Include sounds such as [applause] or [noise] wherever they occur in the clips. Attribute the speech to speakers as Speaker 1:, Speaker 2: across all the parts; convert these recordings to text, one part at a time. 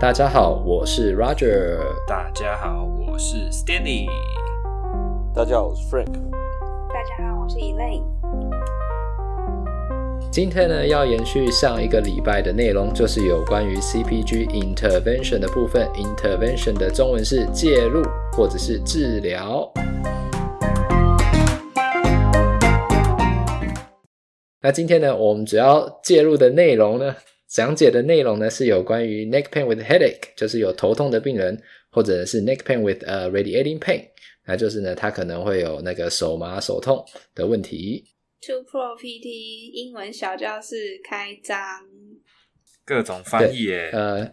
Speaker 1: 大家好，我是 Roger。
Speaker 2: 大家好，我是 Stanley。
Speaker 3: 大家好，我是 Frank。
Speaker 4: 大家好，我是 Elaine。
Speaker 1: 今天呢，要延续上一个礼拜的内容，就是有关于 CPG intervention 的部分。intervention 的中文是介入或者是治疗。那今天呢，我们主要介入的内容呢，讲解的内容呢是有关于 neck pain with headache，就是有头痛的病人，或者是 neck pain with 呃 radiating pain，那就是呢，他可能会有那个手麻、手痛的问题。
Speaker 4: Two Pro PT 英文小教室开张，
Speaker 2: 各种翻译耶，
Speaker 1: 呃，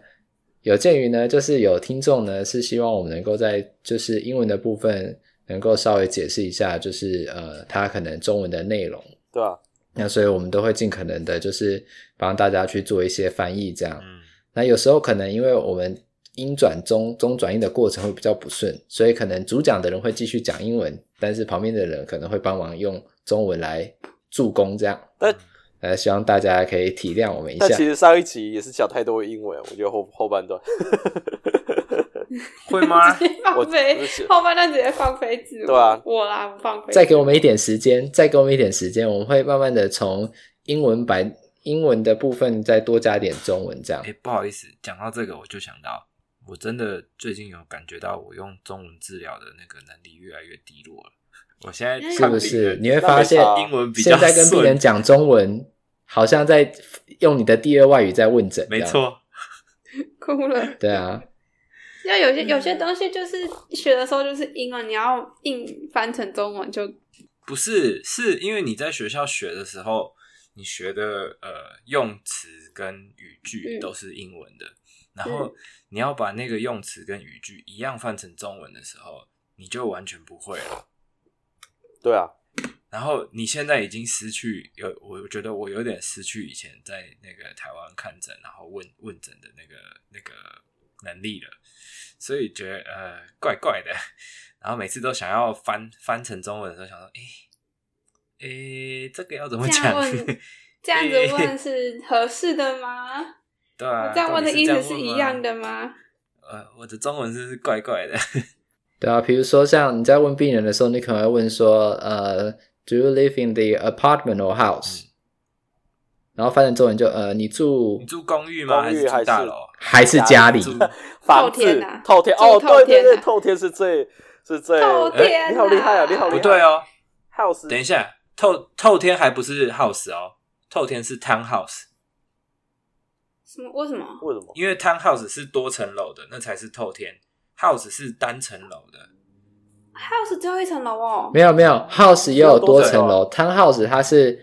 Speaker 1: 有鉴于呢，就是有听众呢是希望我们能够在就是英文的部分能够稍微解释一下，就是呃，他可能中文的内容。
Speaker 3: 对啊，
Speaker 1: 那所以我们都会尽可能的，就是帮大家去做一些翻译，这样。
Speaker 2: 嗯，
Speaker 1: 那有时候可能因为我们英转中、中转英的过程会比较不顺，所以可能主讲的人会继续讲英文，但是旁边的人可能会帮忙用中文来助攻，这样。
Speaker 3: 但
Speaker 1: 呃，希望大家可以体谅我们一下
Speaker 3: 但。其实上一集也是讲太多英文，我觉得
Speaker 4: [laughs]
Speaker 3: 后后半段，
Speaker 2: 会吗？ [laughs]
Speaker 4: 直接
Speaker 3: 我
Speaker 4: 放
Speaker 3: 我
Speaker 4: 飞
Speaker 3: 是，
Speaker 4: 后半段直接放飞自我。
Speaker 3: 对啊
Speaker 4: 我啦，我放飞。
Speaker 1: 再给我们一点时间，再给我们一点时间，我们会慢慢的从英文版英文的部分再多加点中文，这样
Speaker 2: 哎、。不好意思，讲到这个我就想到，我真的最近有感觉到我用中文治疗的那个能力越来越低落了。我现在
Speaker 1: [laughs]
Speaker 4: 嗯
Speaker 1: 是
Speaker 2: 看
Speaker 1: 不
Speaker 2: 病
Speaker 1: 是？
Speaker 2: 人
Speaker 1: 你会发现
Speaker 3: 那没差
Speaker 2: 英文比较
Speaker 1: 现在跟病人
Speaker 2: 顺，
Speaker 1: 讲中文，好像在用你的第二外语在问诊。
Speaker 2: 没。错，
Speaker 4: 哭了。
Speaker 1: 对啊，
Speaker 4: 因为有些有些东西就是学的时候就是英文，你要硬翻成中文就
Speaker 2: 不是，是因为你在学校学的时候，你学的呃用词跟语句
Speaker 4: 嗯
Speaker 2: 都是英文的，然
Speaker 1: 嗯
Speaker 2: 后你要把那个用词跟语句一样翻成中文的时候，你就完全不会了。
Speaker 3: 对啊，
Speaker 2: 然后你现在已经失去有，我觉得我有点失去以前在那个台湾看诊，然后问问诊的那个那个能力了，所以觉得呃怪怪的。然后每次都想要翻翻成中文的时候，想说，诶诶，这个要怎么
Speaker 4: 这
Speaker 2: 讲，
Speaker 4: 样？问这样子问是合适的吗？
Speaker 2: [laughs] 对啊，
Speaker 4: 我这样问的意思
Speaker 2: 到底
Speaker 4: 是
Speaker 2: 这
Speaker 4: 一
Speaker 2: 样
Speaker 4: 样
Speaker 2: 问
Speaker 4: 的吗？
Speaker 2: 吗？呃，我的中文是不是怪怪的？ [laughs]
Speaker 1: 对啊，比如说像你在问病人的时候，你可能会问说，呃，Do you live in the apartment or house？、然后翻成中文就呃，你住
Speaker 2: 嗯你住公寓吗？
Speaker 3: 公
Speaker 2: 还
Speaker 3: 寓
Speaker 2: 是住
Speaker 3: 还
Speaker 2: 大
Speaker 3: 是
Speaker 2: 楼？啊
Speaker 1: 还是家里？
Speaker 2: 住
Speaker 3: 房
Speaker 4: 透
Speaker 3: 子
Speaker 4: 天啊
Speaker 3: 透天
Speaker 4: 这
Speaker 3: 哦，
Speaker 4: 个透
Speaker 3: 对对
Speaker 4: 天啊
Speaker 3: 对，透天是最是最，
Speaker 4: 透天啊
Speaker 3: 你好厉害啊，你好厉害，
Speaker 2: 不对哦，
Speaker 3: ，house，
Speaker 2: 等一下，透透天还不是 house 哦，透天是 town house，
Speaker 4: 什么？为什么？
Speaker 3: 为什么？
Speaker 2: 因为 town house 是多层楼的，那才是透天，house 是单层楼的。
Speaker 4: house 只有一层楼哦。
Speaker 1: 没有没有，house 也有多层楼
Speaker 3: 有
Speaker 1: ，town house 它是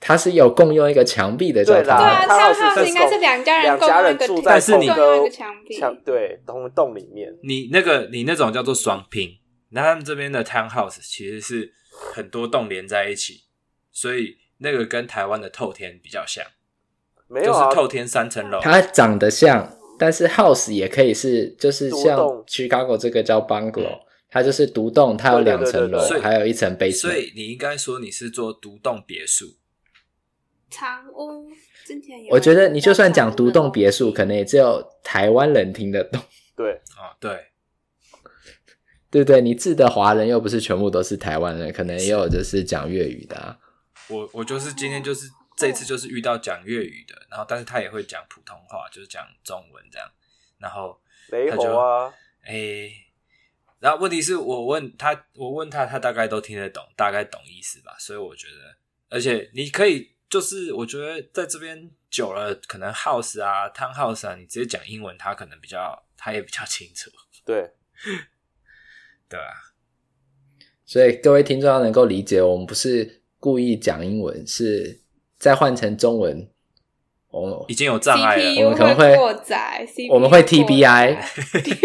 Speaker 1: 它是有共用一个墙壁的叫
Speaker 3: 对
Speaker 1: town
Speaker 3: 啦，
Speaker 4: 对啊
Speaker 1: house，
Speaker 3: 他
Speaker 4: townhouse
Speaker 3: 好
Speaker 4: 应该是两家人
Speaker 3: 两家人
Speaker 4: 共用一
Speaker 3: 住
Speaker 4: 个
Speaker 3: 在
Speaker 2: 但是
Speaker 3: 同
Speaker 2: 你
Speaker 3: 个
Speaker 4: 共用一个墙壁
Speaker 3: 墙对同个洞里面，
Speaker 2: 你那个你那种叫做双拼，那他们这边的 town house 其实是很多栋连在一起，所以那个跟台湾的透天比较像，
Speaker 3: 没
Speaker 2: 就
Speaker 3: 有啊
Speaker 2: 是，透天三层楼。
Speaker 1: 它长得像，但是 house 也可以是就是像
Speaker 3: 独栋嗯
Speaker 1: Chicago 这个叫 bungalow，它就是独栋，它有两层楼
Speaker 3: 对对对对
Speaker 2: 所以，
Speaker 1: 还有一层 basement。
Speaker 2: 所以你应该说你是做独栋别墅，
Speaker 4: 长屋之前有，
Speaker 1: 我觉得你就算讲独栋别墅，可能也只有台湾人听得懂，
Speaker 3: 对，
Speaker 2: 哦，对，
Speaker 1: 对不对？你治的华人又不是全部都是台湾人，可能也有就是讲粤语的、啊。
Speaker 2: 我我就是今天就是这次就是遇到讲粤语的，然后但是他也会讲普通话，就是讲中文这样，然后
Speaker 3: 雷
Speaker 2: 他
Speaker 3: 猴
Speaker 2: 就
Speaker 3: 啊，
Speaker 2: 诶、哎然后问题是我问他，我问他，他大概都听得懂，大概懂意思吧。所以我觉得，而且你可以就是，我觉得在这边久了，可能 house 啊、town house 啊，你直接讲英文，他可能比较，他也比较清楚，
Speaker 3: 对，
Speaker 2: 对啊，
Speaker 1: 所以各位听众要能够理解，我们不是故意讲英文，是再换成中文，我们
Speaker 2: 已经有障碍了。
Speaker 1: 我
Speaker 4: CPU
Speaker 1: 们可能会
Speaker 4: 会过载，CPU
Speaker 1: 我们会
Speaker 4: 过载
Speaker 1: TBI，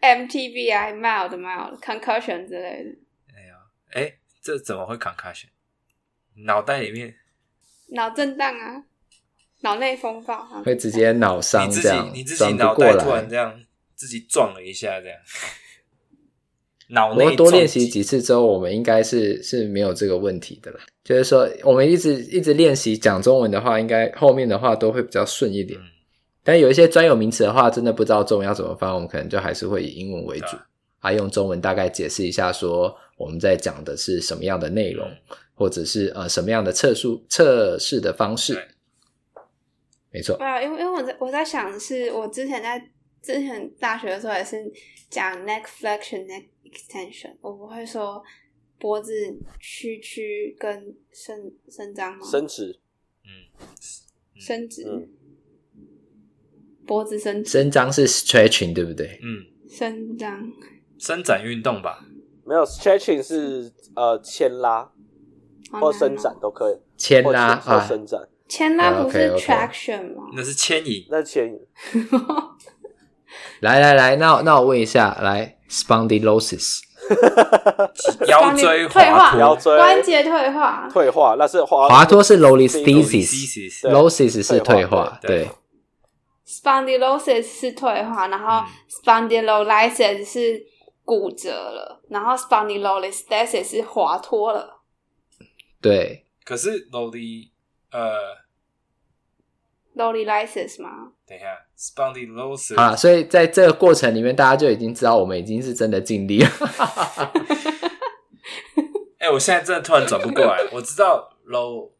Speaker 4: MTBI mild mild concussion 之类的，
Speaker 2: 哎呀，哎，这怎么会 concussion？脑袋里面
Speaker 4: 脑震荡啊，脑内风暴、啊，
Speaker 1: 会直接脑
Speaker 2: 你
Speaker 1: 伤
Speaker 2: 自
Speaker 1: 这
Speaker 2: 己
Speaker 1: 样
Speaker 2: 你自己
Speaker 1: 转不
Speaker 2: 脑
Speaker 1: 过
Speaker 2: 袋突然
Speaker 1: 来。
Speaker 2: 这样自己撞了一下，这样脑
Speaker 1: 不
Speaker 2: 内
Speaker 1: 过多
Speaker 2: 撞
Speaker 1: 练习
Speaker 2: 击
Speaker 1: 几次之后，我们应该是是没有这个问题的了。就是说，我们一直一直练习讲中文的话，应该后面的话都会比较顺一点。
Speaker 2: 嗯，
Speaker 1: 但有一些专有名词的话，真的不知道中文要怎么翻，我们可能就还是会以英文为主
Speaker 2: 对，
Speaker 1: 啊，用中文大概解释一下，说我们在讲的是什么样的内容，或者是呃什么样的测速测试的方式
Speaker 2: 对。
Speaker 1: 没错，
Speaker 4: 啊，因为因为我在我在想的是，我之前在之前大学的时候也是讲 neck flexion、neck extension，我不会说脖子屈曲跟伸伸张吗？
Speaker 3: 伸直，
Speaker 2: 嗯，
Speaker 4: 伸直，
Speaker 3: 嗯
Speaker 4: 脖子伸直，
Speaker 1: 伸张是 stretching，对不对？
Speaker 2: 嗯，
Speaker 4: 伸张。
Speaker 2: 伸展运动吧，
Speaker 3: 没有 stretching 是呃牵拉或
Speaker 4: 好难哦
Speaker 3: 伸展，都可以，
Speaker 1: 牵
Speaker 3: 或
Speaker 1: 拉
Speaker 3: 牵或
Speaker 1: 啊，
Speaker 3: 伸展，
Speaker 4: 牵拉不是
Speaker 1: 啊，OK，OK
Speaker 4: traction 吗？
Speaker 2: 那是牵引。
Speaker 3: 那牵引
Speaker 1: 来来来，那那我问一下，来 spondylosis，
Speaker 2: 腰椎
Speaker 4: 退
Speaker 2: 滑
Speaker 4: 化，
Speaker 2: 脱，
Speaker 3: 腰椎
Speaker 4: 关节退化，
Speaker 3: 退化，那是滑
Speaker 1: 滑脱是
Speaker 3: Lolisis
Speaker 1: lolisthesis，losis
Speaker 2: 是
Speaker 3: 对
Speaker 1: losis 是退
Speaker 3: 退
Speaker 1: 化
Speaker 3: 化，
Speaker 2: 对
Speaker 1: 对
Speaker 4: spondylosis 是退化，然后
Speaker 2: 嗯
Speaker 4: spondylolysis 是骨折了，然后 spondylolisthesis 是滑脱了。
Speaker 1: 对，
Speaker 2: 可是 loli 呃，
Speaker 4: lolysis 吗？
Speaker 2: 等一下，spondylosis
Speaker 1: 啊，所以在这个过程里面，大家就已经知道我们已经是真的尽力了。
Speaker 2: 哎、我现在真的突然转不过来。我知道 low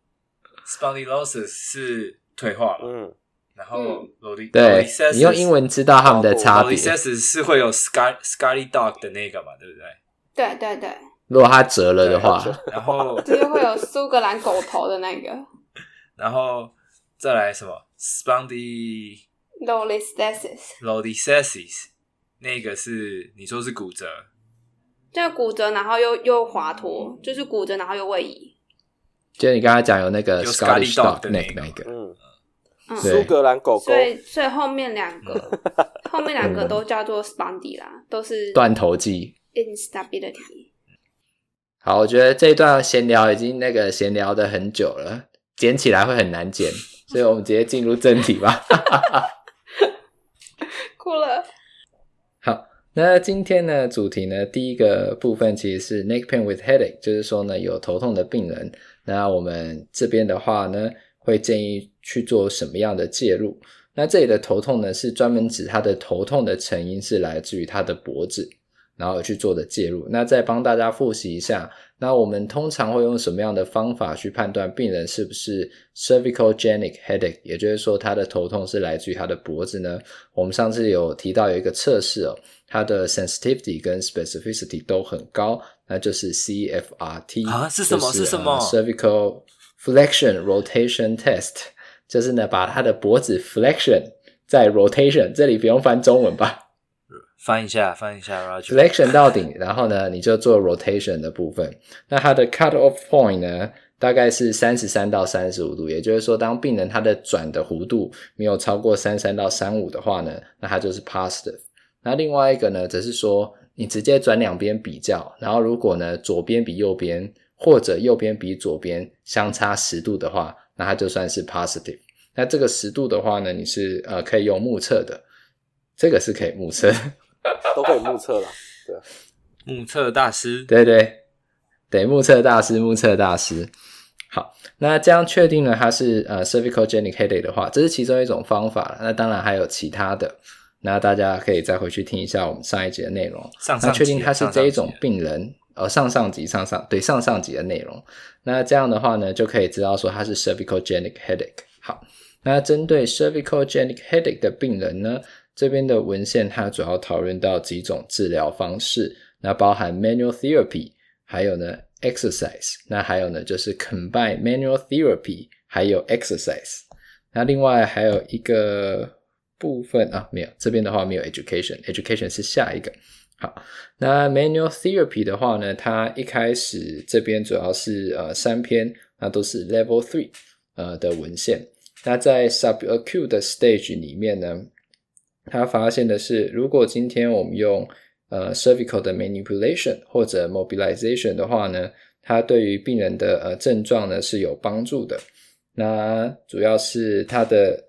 Speaker 2: spondylosis 是退化嘛，
Speaker 3: 嗯，
Speaker 2: 然后 loli
Speaker 1: 对
Speaker 2: lolisis-
Speaker 1: 你用英文知道他们的差别。
Speaker 2: lolisis 是会有 scar scarly dog 的那个嘛，对不对？
Speaker 4: 对对对，
Speaker 1: 如果它折了的话，
Speaker 2: 然后
Speaker 4: 就是会有苏格兰狗头的那
Speaker 1: [laughs]
Speaker 4: 个
Speaker 2: 然后再来什么 spondy
Speaker 4: lolysis，
Speaker 2: lolisis 那个是你说是骨折，
Speaker 4: 就骨折，然后又又滑
Speaker 1: 嗯
Speaker 4: 脱，就是骨折然后又位移。
Speaker 1: 就你刚才讲有那个
Speaker 2: 有
Speaker 1: Scottish
Speaker 2: Scottish dog
Speaker 1: dog
Speaker 2: 的
Speaker 1: 那
Speaker 2: 那
Speaker 1: 个
Speaker 2: 个
Speaker 1: 那个，
Speaker 3: 嗯，
Speaker 4: 嗯，
Speaker 1: 对
Speaker 3: 苏格兰狗狗
Speaker 4: 所以所以后面两个
Speaker 1: [laughs]
Speaker 4: 后面两个都叫做 spondy 啦，都是
Speaker 1: 嗯断头记。
Speaker 4: instability。
Speaker 1: 好，我觉得这一段闲聊已经那个闲聊的很久了，剪起来会很难剪，所以我们直接进入正题吧。
Speaker 4: 哭了。
Speaker 1: 好，那今天呢主题呢第一个部分其实是 neck pain with headache，就是说呢有头痛的病人，那我们这边的话呢会建议去做什么样的介入？那这里的头痛呢是专门指他的头痛的成因是来自于他的脖子，然后去做的介入。那再帮大家复习一下，那我们通常会用什么样的方法去判断病人是不是 cervical genic headache，也就是说他的头痛是来自于他的脖子呢？我们上次有提到有一个测试哦，它的 sensitivity 跟 specificity 都很高，那就是 CFRT
Speaker 2: 啊是什么
Speaker 1: 就是
Speaker 2: 什么
Speaker 1: 呃 cervical flexion rotation test，就是呢把他的脖子 flexion 在 rotation，这里不用翻中文吧？
Speaker 2: 翻一下翻一下 Roger
Speaker 1: flexion 到顶，然后呢，你就做 rotation 的部分。那它的 cut off point 呢，大概是三十三到三十五度，也就是说，当病人他的转的弧度没有超过三三到三五的话呢，那他就是 positive。那另外一个呢，则是说你直接转两边比较，然后如果呢左边比右边或者右边比左边相差十度的话，那它就算是 positive。那这个十度的话呢，你是呃可以用目测的，这个是可以目测的。
Speaker 3: 都可以目测了，
Speaker 2: 目测大师，
Speaker 1: 对对对，目测大师，目测大师。好，那这样确定了它是呃 cervical genic headache 的话，这是其中一种方法了。那当然还有其他的，那大家可以再回去听一下我们上一集的内容。
Speaker 2: 上
Speaker 1: 那
Speaker 2: 上
Speaker 1: 确定
Speaker 2: 集啊
Speaker 1: 他是
Speaker 2: 上上
Speaker 1: 这一
Speaker 2: 集
Speaker 1: 种病人，呃，上上级、上上对上上级的内容。那这样的话呢，就可以知道说他是 cervical genic headache。好，那针对 cervical genic headache 的病人呢，这边的文献它主要讨论到几种治疗方式，那包含 manual therapy，还有呢 exercise，那还有呢就是 combine manual therapy 还有 exercise。那另外还有一个部分啊，没有这边的话没有 education，education 是下一个。好，那 manual therapy 的话呢，它一开始这边主要是呃三篇，那都是 level three 呃的文献。那在 subacute 的 stage 里面呢，他发现的是，如果今天我们用呃 cervical 的 manipulation 或者 mobilization 的话呢，它对于病人的呃症状呢是有帮助的。那主要是它的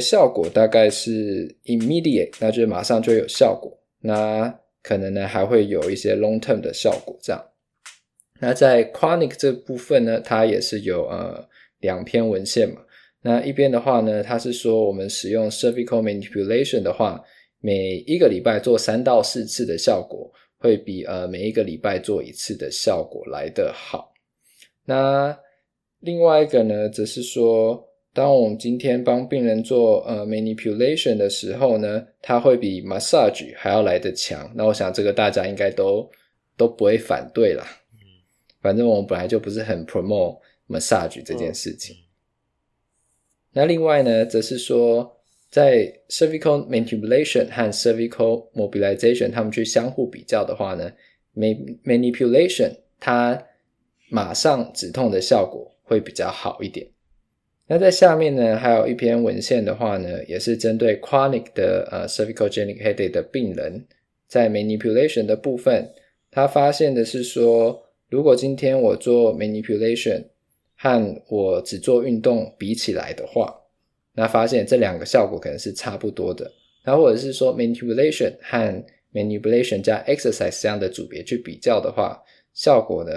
Speaker 1: 效果大概是 immediate，那就是马上就有效果。那可能呢还会有一些 long term 的效果这样。那在 chronic 这部分呢，它也是有呃两篇文献嘛。那一边的话呢，它是说我们使用 cervical manipulation 的话，每一个礼拜做三到四次的效果，会比呃每一个礼拜做一次的效果来得好。那另外一个呢，则是说，当我们今天帮病人做呃 manipulation 的时候呢，它会比 massage 还要来得强。那我想这个大家应该都都不会反对啦。反正我们本来就不是很 promote massage 这件事情。那另外呢，则是说，在 cervical manipulation 和 cervical mobilization 他们去相互比较的话呢，ma- manipulation 它马上止痛的效果会比较好一点。那在下面呢，还有一篇文献的话呢，也是针对 chronic 的呃 cervicogenic headache 的病人，在 manipulation 的部分，他发现的是说，如果今天我做 manipulation 和我只做运动比起来的话，那发现这两个效果可能是差不多的。那或者是说 manipulation 和 manipulation 加 exercise 这样的组别去比较的话，效果呢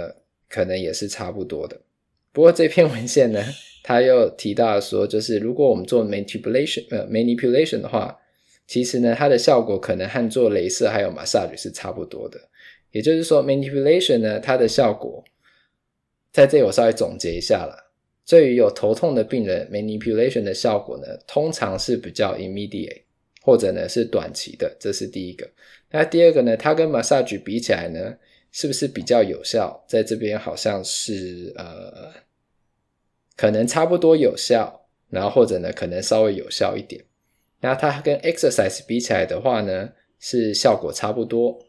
Speaker 1: 可能也是差不多的。不过这篇文献呢，他又提到说，就是如果我们做 manipulation 呃 manipulation 的话，其实呢它的效果可能和做镭射还有 massage 是差不多的。也就是说，manipulation 呢，它的效果，在这里我稍微总结一下啦。对于有头痛的病人，manipulation 的效果呢，通常是比较 immediate，或者呢是短期的，这是第一个。那第二个呢，它跟 massage 比起来呢，是不是比较有效？在这边好像是呃，可能差不多有效，然后或者呢，可能稍微有效一点。那它跟 exercise 比起来的话呢，是效果差不多，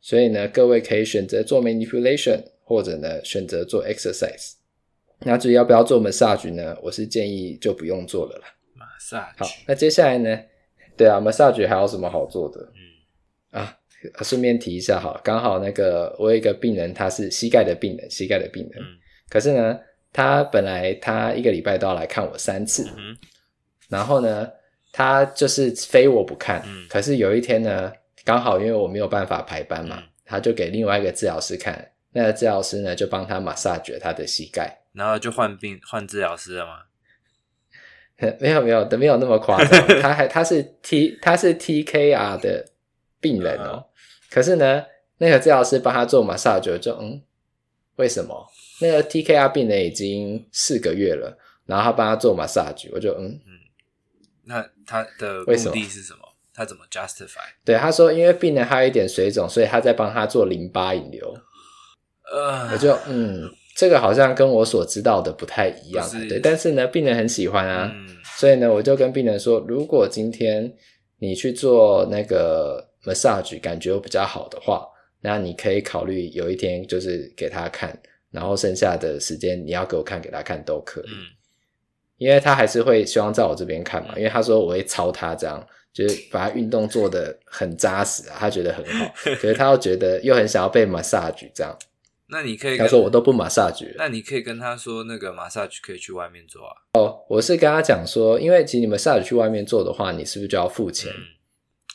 Speaker 1: 所以呢，各位可以选择做 manipulation，或者呢选择做 exercise。那至于要不要做 massage 呢？我是建议就不用做了啦。
Speaker 2: 马萨
Speaker 1: 好
Speaker 2: 去，，
Speaker 1: 那接下来呢？对啊，massage 还有什么好做的
Speaker 2: 嗯，
Speaker 1: 啊？顺便提一下好了，刚好那个我有一个病人，他是膝盖的病人，膝盖的病人。
Speaker 2: 嗯
Speaker 1: 可是呢，他本来他一个礼拜都要来看我三次，
Speaker 2: 嗯
Speaker 1: 然后呢，他就是非我不看。
Speaker 2: 嗯
Speaker 1: 可是有一天呢，刚好因为我没有办法排班嘛，
Speaker 2: 嗯
Speaker 1: 他就给另外一个治疗师看，那个治疗师呢就帮他 massage 他的膝盖。
Speaker 2: 然后就换病换治疗师了吗？
Speaker 1: [laughs] 没有没有没有那么夸
Speaker 2: [laughs]
Speaker 1: 张，他还他是 T 他是 TKR 的病人
Speaker 2: 啊
Speaker 1: 哦，可是呢，那个治疗师帮他做 massage 就嗯，为什么？那个 TKR 病人已经四个月了，然后他帮他做 massage，我就嗯，
Speaker 2: 那他的
Speaker 1: 为什
Speaker 2: 目
Speaker 1: 么
Speaker 2: 的是什么？他怎么 justify？
Speaker 1: 对，他说因为病人还有一点水肿，所以他在帮他做淋巴引流，
Speaker 2: 呃，
Speaker 1: 我就嗯，这个好像跟我所知道的不太一样
Speaker 2: 不，是
Speaker 1: 对，但是呢，病人很喜欢啊，
Speaker 2: 嗯
Speaker 1: 所以呢，我就跟病人说，如果今天你去做那个 massage 感觉比较好的话，那你可以考虑有一天就是给他看，然后剩下的时间你要给我看给他看都可以，
Speaker 2: 嗯
Speaker 1: 因为他还是会希望在我这边看嘛，因为他说我会操他这样。就是把他运动做的很扎实啊，他觉得很
Speaker 2: [laughs]
Speaker 1: 好，可是他又觉得又很想要被 massage 这样，
Speaker 2: 那你可以
Speaker 1: 他
Speaker 2: 跟
Speaker 1: 说我都不 massage 了
Speaker 2: 那你可以跟他说，那个 massage 可以去外面做啊。
Speaker 1: 我是跟他讲说，因为其实你们 massage 去外面做的话，你是不是就要付钱？
Speaker 2: 嗯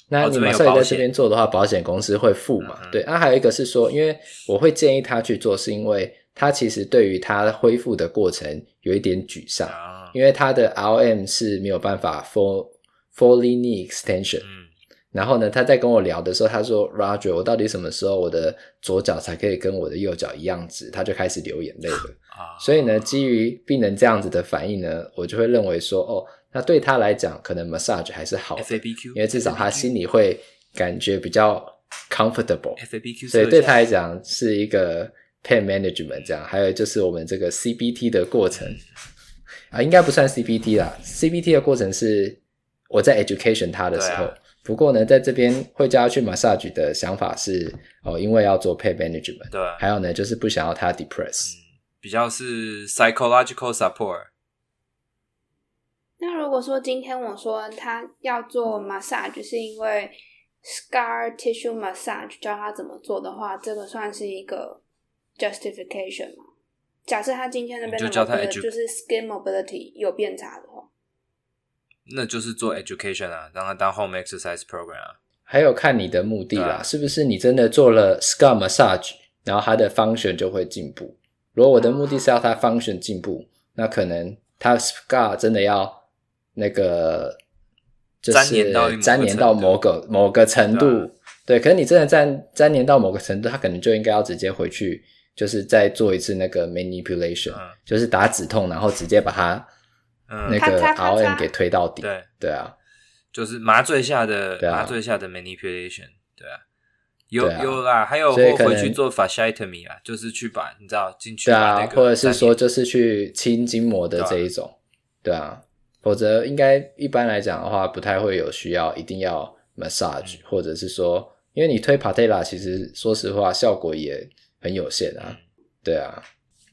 Speaker 1: 那
Speaker 2: 哦
Speaker 1: 你
Speaker 2: 这
Speaker 1: 马
Speaker 2: 边有
Speaker 1: 上
Speaker 2: 保
Speaker 1: 在这
Speaker 2: 险
Speaker 1: 边做的话，保险公司会付嘛？
Speaker 2: 嗯嗯
Speaker 1: 对。那、还有一个是说，因为我会建议他去做，是因为他其实对于他恢复的过程有一点沮丧，
Speaker 2: 啊，
Speaker 1: 因为他的 RM 是没有办法 full fully knee extension。
Speaker 2: 嗯
Speaker 1: 然后呢，他在跟我聊的时候，他说：“Roger，我到底什么时候我的左脚才可以跟我的右脚一样直？”他就开始流眼泪了。
Speaker 2: 啊，
Speaker 1: [laughs] 所以呢，基于病人这样子的反应呢，我就会认为说，哦，那对他来讲，可能 massage 还是好的。因
Speaker 2: FABQ，
Speaker 1: 为至少他心里会感觉比较 comfortable，
Speaker 2: FABQ，
Speaker 1: 所以对他来
Speaker 2: 来
Speaker 1: 讲是一个 pain management 这样。还有就是我们这个 CBT 的过程啊，应该不算 CBT 啦，CBT 的过程是我在 education 他的时候。
Speaker 2: 对啊
Speaker 1: 不过呢，在这边会叫他去 massage 的想法是哦，因为要做 pain management，
Speaker 2: 对啊
Speaker 1: 还有呢，就是不想要他 depress，、
Speaker 2: 比较是 psychological support，
Speaker 4: 那如果说今天我说他要做 massage，是因为 scar tissue massage 教他怎么做的话，这个算是一个 justification 吗？假设他今天那边
Speaker 2: 你
Speaker 4: 的
Speaker 2: 就叫他
Speaker 4: mobility
Speaker 2: edu-
Speaker 4: 就是 skin mobility 有变差的话，
Speaker 2: 那就是做 education 啊，让他当 home exercise program 啊。
Speaker 1: 还有看你的目的
Speaker 2: 对
Speaker 1: 啦，
Speaker 2: 啊
Speaker 1: 是不是你真的做了 scar massage，然后它的 function 就会进步？如果我的目的是要它 function 进步，那可能它 scar 真的要那个就是
Speaker 2: 粘黏到一个
Speaker 1: 粘黏到某个某个程
Speaker 2: 对啊
Speaker 1: 度，对。可是你真的粘粘黏到某个程度，它可能就应该要直接回去，就是再做一次那个 manipulation，、
Speaker 2: 嗯
Speaker 1: 就是打止痛，然后直接把它
Speaker 2: 嗯，
Speaker 1: 那个
Speaker 4: 咔嚓咔嚓
Speaker 1: RM 给推到底。
Speaker 2: 对，
Speaker 1: 对啊，
Speaker 2: 就是麻醉下的、
Speaker 1: 对啊
Speaker 2: 麻醉下的 manipulation，对啊，有
Speaker 1: 对啊
Speaker 2: 有啦，还有
Speaker 1: 所以
Speaker 2: 或
Speaker 1: 可能
Speaker 2: 回去做 fasciotomy 啊，就是去把你知道进去
Speaker 1: 对
Speaker 2: 把那
Speaker 1: 啊，
Speaker 2: 个
Speaker 1: 或者是说
Speaker 2: 粘
Speaker 1: 就是去清筋膜的这一种，对啊，否则应该一般来讲的话，不太会有需要一定要
Speaker 2: 嗯
Speaker 1: massage，、或者是说，因为你推 patella 其实说实话效果也很有限啊，
Speaker 2: 嗯
Speaker 1: 对啊。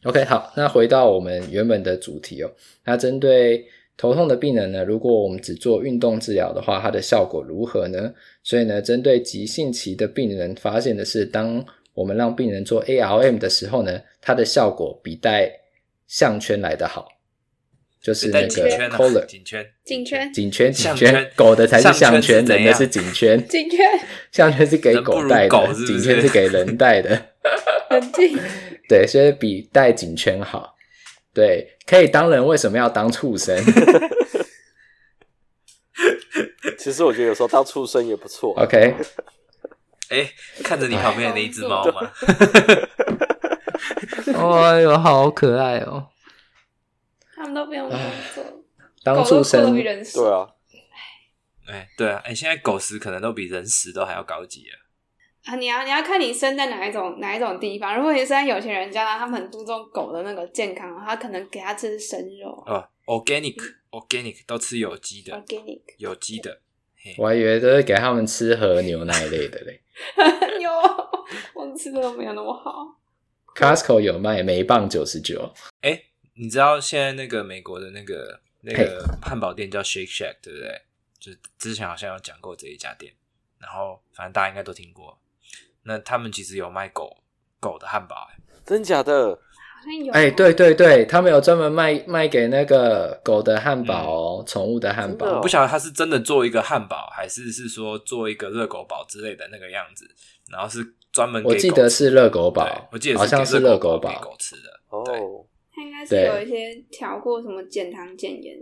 Speaker 1: OK，好，那回到我们原本的主题哦，那针对头痛的病人呢，如果我们只做运动治疗的话，它的效果如何呢？所以呢，针对急性期的病人，发现的是，当我们让病人做 ARM 的时候呢，它的效果比带项圈来的好，就是那
Speaker 2: 带
Speaker 1: 个
Speaker 2: 颈圈啊
Speaker 1: collar
Speaker 2: 颈圈，
Speaker 4: 颈圈
Speaker 1: 颈圈颈
Speaker 2: 项
Speaker 1: 圈
Speaker 2: 圈，
Speaker 1: 狗的才是
Speaker 2: 项
Speaker 1: 项
Speaker 2: 圈是
Speaker 1: 圈，
Speaker 2: 怎
Speaker 1: 人的
Speaker 2: 样
Speaker 1: 是颈圈，
Speaker 4: 颈圈
Speaker 1: 项圈是给
Speaker 2: 人不
Speaker 1: 狗
Speaker 2: 如
Speaker 1: 戴
Speaker 2: 狗
Speaker 1: 的，
Speaker 2: 是不
Speaker 1: 颈圈
Speaker 2: 是
Speaker 1: 是给人戴的。
Speaker 4: 很近，
Speaker 1: 对，所以比戴颈圈好。对，可以当人为什么要当畜生
Speaker 3: 其实我觉得有时候当畜生也不错。
Speaker 1: ？OK，
Speaker 2: 哎，看着你旁边的那一只猫吗？
Speaker 1: 哎呦，好可爱哦！
Speaker 4: [laughs] 他们都不用工作，
Speaker 1: [laughs] 当
Speaker 4: 狗都
Speaker 1: 畜
Speaker 4: 过得
Speaker 1: 生
Speaker 4: 比，人少
Speaker 3: 对啊，
Speaker 2: [laughs] 哎，对啊，哎，现在狗食可能都比人食都还要高级了。
Speaker 4: 啊，你要你要看你生在哪一种哪一种地方。如果你生在有钱人家，他们很注重狗的那个健康，他可能给它吃生肉
Speaker 2: 哦，organic organic 都吃有机的，
Speaker 4: ，organic
Speaker 2: 有机的，嘿，
Speaker 1: 我还以为都是给他们吃和牛那一类的嘞。
Speaker 4: [laughs] 有，我吃的都没有那么好。
Speaker 1: Costco 有卖，每磅九十九。
Speaker 2: 哎，你知道现在那个美国的那个那个汉堡店叫 Shake Shack，对不对？就是之前好像有讲过这一家店，然后反正大家应该都听过。那他们其实有卖狗狗的汉堡、欸
Speaker 3: 真假的？
Speaker 4: 好像有，
Speaker 1: 哎、，对对对，他们有专门卖卖给那个狗的汉堡哦，宠、物的汉
Speaker 3: 真的
Speaker 1: 堡。
Speaker 3: 哦
Speaker 2: 我不晓得他是真的做一个汉堡，还是是说做一个热狗堡之类的那个样子，然后是专门给
Speaker 1: 我
Speaker 2: 狗
Speaker 1: 记得是热狗
Speaker 2: 对
Speaker 1: 堡，
Speaker 2: 我记得
Speaker 1: 好像
Speaker 2: 是
Speaker 1: 是
Speaker 2: 给热
Speaker 1: 热
Speaker 2: 狗
Speaker 1: 狗
Speaker 2: 堡给
Speaker 1: 堡。
Speaker 2: 狗吃的，
Speaker 3: 哦，
Speaker 4: 它应该是
Speaker 1: 对
Speaker 4: 有一些调过什么减糖减盐。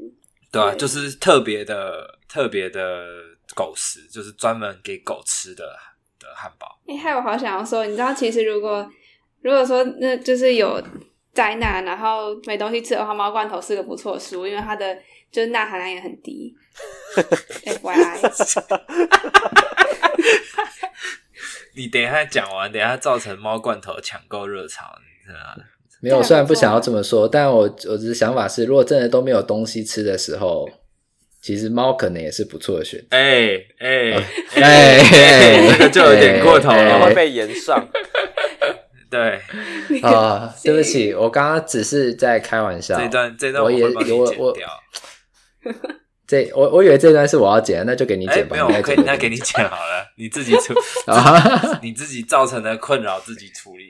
Speaker 2: 对啊，
Speaker 4: 对
Speaker 2: 就是特别的特别的狗食，就是专门给狗吃的的汉堡。
Speaker 4: 哎、害我好想要说，你知道，其实如果如果说那就是有灾难，然后没东西吃的话，猫罐头是个不错的食物，因为它的就是钠含量也很
Speaker 1: [laughs]
Speaker 4: 低。F Y I，
Speaker 2: 你等一下讲完，等一下造成猫罐头抢购热潮，你知道吗？
Speaker 1: 没有，
Speaker 4: 对啊
Speaker 1: 虽然
Speaker 4: 没
Speaker 1: 不
Speaker 4: 错
Speaker 1: 想要
Speaker 4: 啊
Speaker 1: 这么说，但我我只是想法是，如果真的都没有东西吃的时候，其实猫可能也是不错的选择。
Speaker 2: 哎哎
Speaker 1: 哎
Speaker 2: 哎，这个就有点过头
Speaker 1: 哎
Speaker 3: 然后
Speaker 2: 了
Speaker 1: 哎。
Speaker 3: 会被延上。
Speaker 2: [laughs] 对，
Speaker 4: [laughs]
Speaker 1: 啊，对不起，我刚刚只是在开玩笑。
Speaker 2: 这段这段
Speaker 1: 我也
Speaker 2: 会帮你
Speaker 1: 我
Speaker 2: 剪
Speaker 1: 我
Speaker 2: 掉。
Speaker 1: 这我我以为这段是我要剪的，那就给你
Speaker 2: 哎，
Speaker 1: 剪
Speaker 2: 没
Speaker 1: 吧。
Speaker 2: 有，
Speaker 1: 你来
Speaker 2: 我可以
Speaker 1: 剪
Speaker 2: 那
Speaker 1: 吧
Speaker 2: 给你剪好了，你自己处，
Speaker 1: 啊。
Speaker 2: [laughs] 你自己造成的困扰自己处理。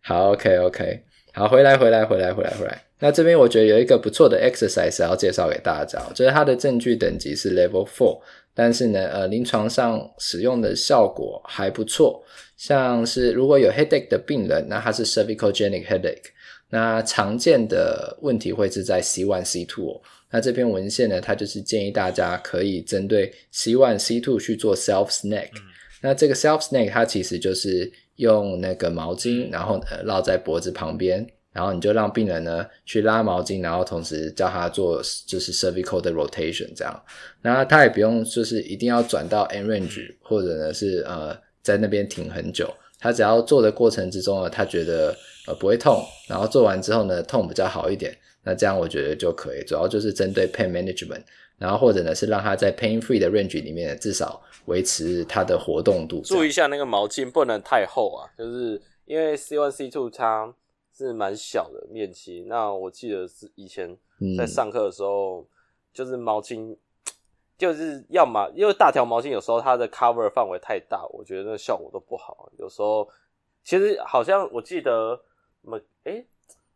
Speaker 1: 好，OK OK，好，回来回来回来回来回来。那这边我觉得有一个不错的 exercise 要介绍给大家哦，就是它的证据等级是 level four，但是呢，呃，临床上使用的效果还不错。像是如果有 headache 的病人，那他是 cervicogenic headache，那常见的问题会是在 C one C two 哦。那这篇文献呢，它就是建议大家可以针对 C one C two 去做 self snag、那这个 self snag 它其实就是用那个毛巾，然后呃绕在脖子旁边，然后你就让病人呢去拉毛巾，然后同时叫他做就是 cervical 的 rotation 这样。那他也不用就是一定要转到 end range，或者呢是呃在那边停很久，他只要做的过程之中呢，他觉得呃不会痛，然后做完之后呢痛比较好一点，那这样我觉得就可以，主要就是针对 pain management，然后或者呢是让他在 pain free 的 range 里面至少维持他的活动度这样，
Speaker 3: 注意一下那个毛巾不能太厚啊，就是因为 C one C two 它是蛮小的面积。那我记得是以前
Speaker 1: 嗯
Speaker 3: 在上课的时候，就是毛巾，就是要么因为大条毛巾有时候它的 cover 范围太大，我觉得那效果都不好。啊有时候其实好像我记得 Mc 诶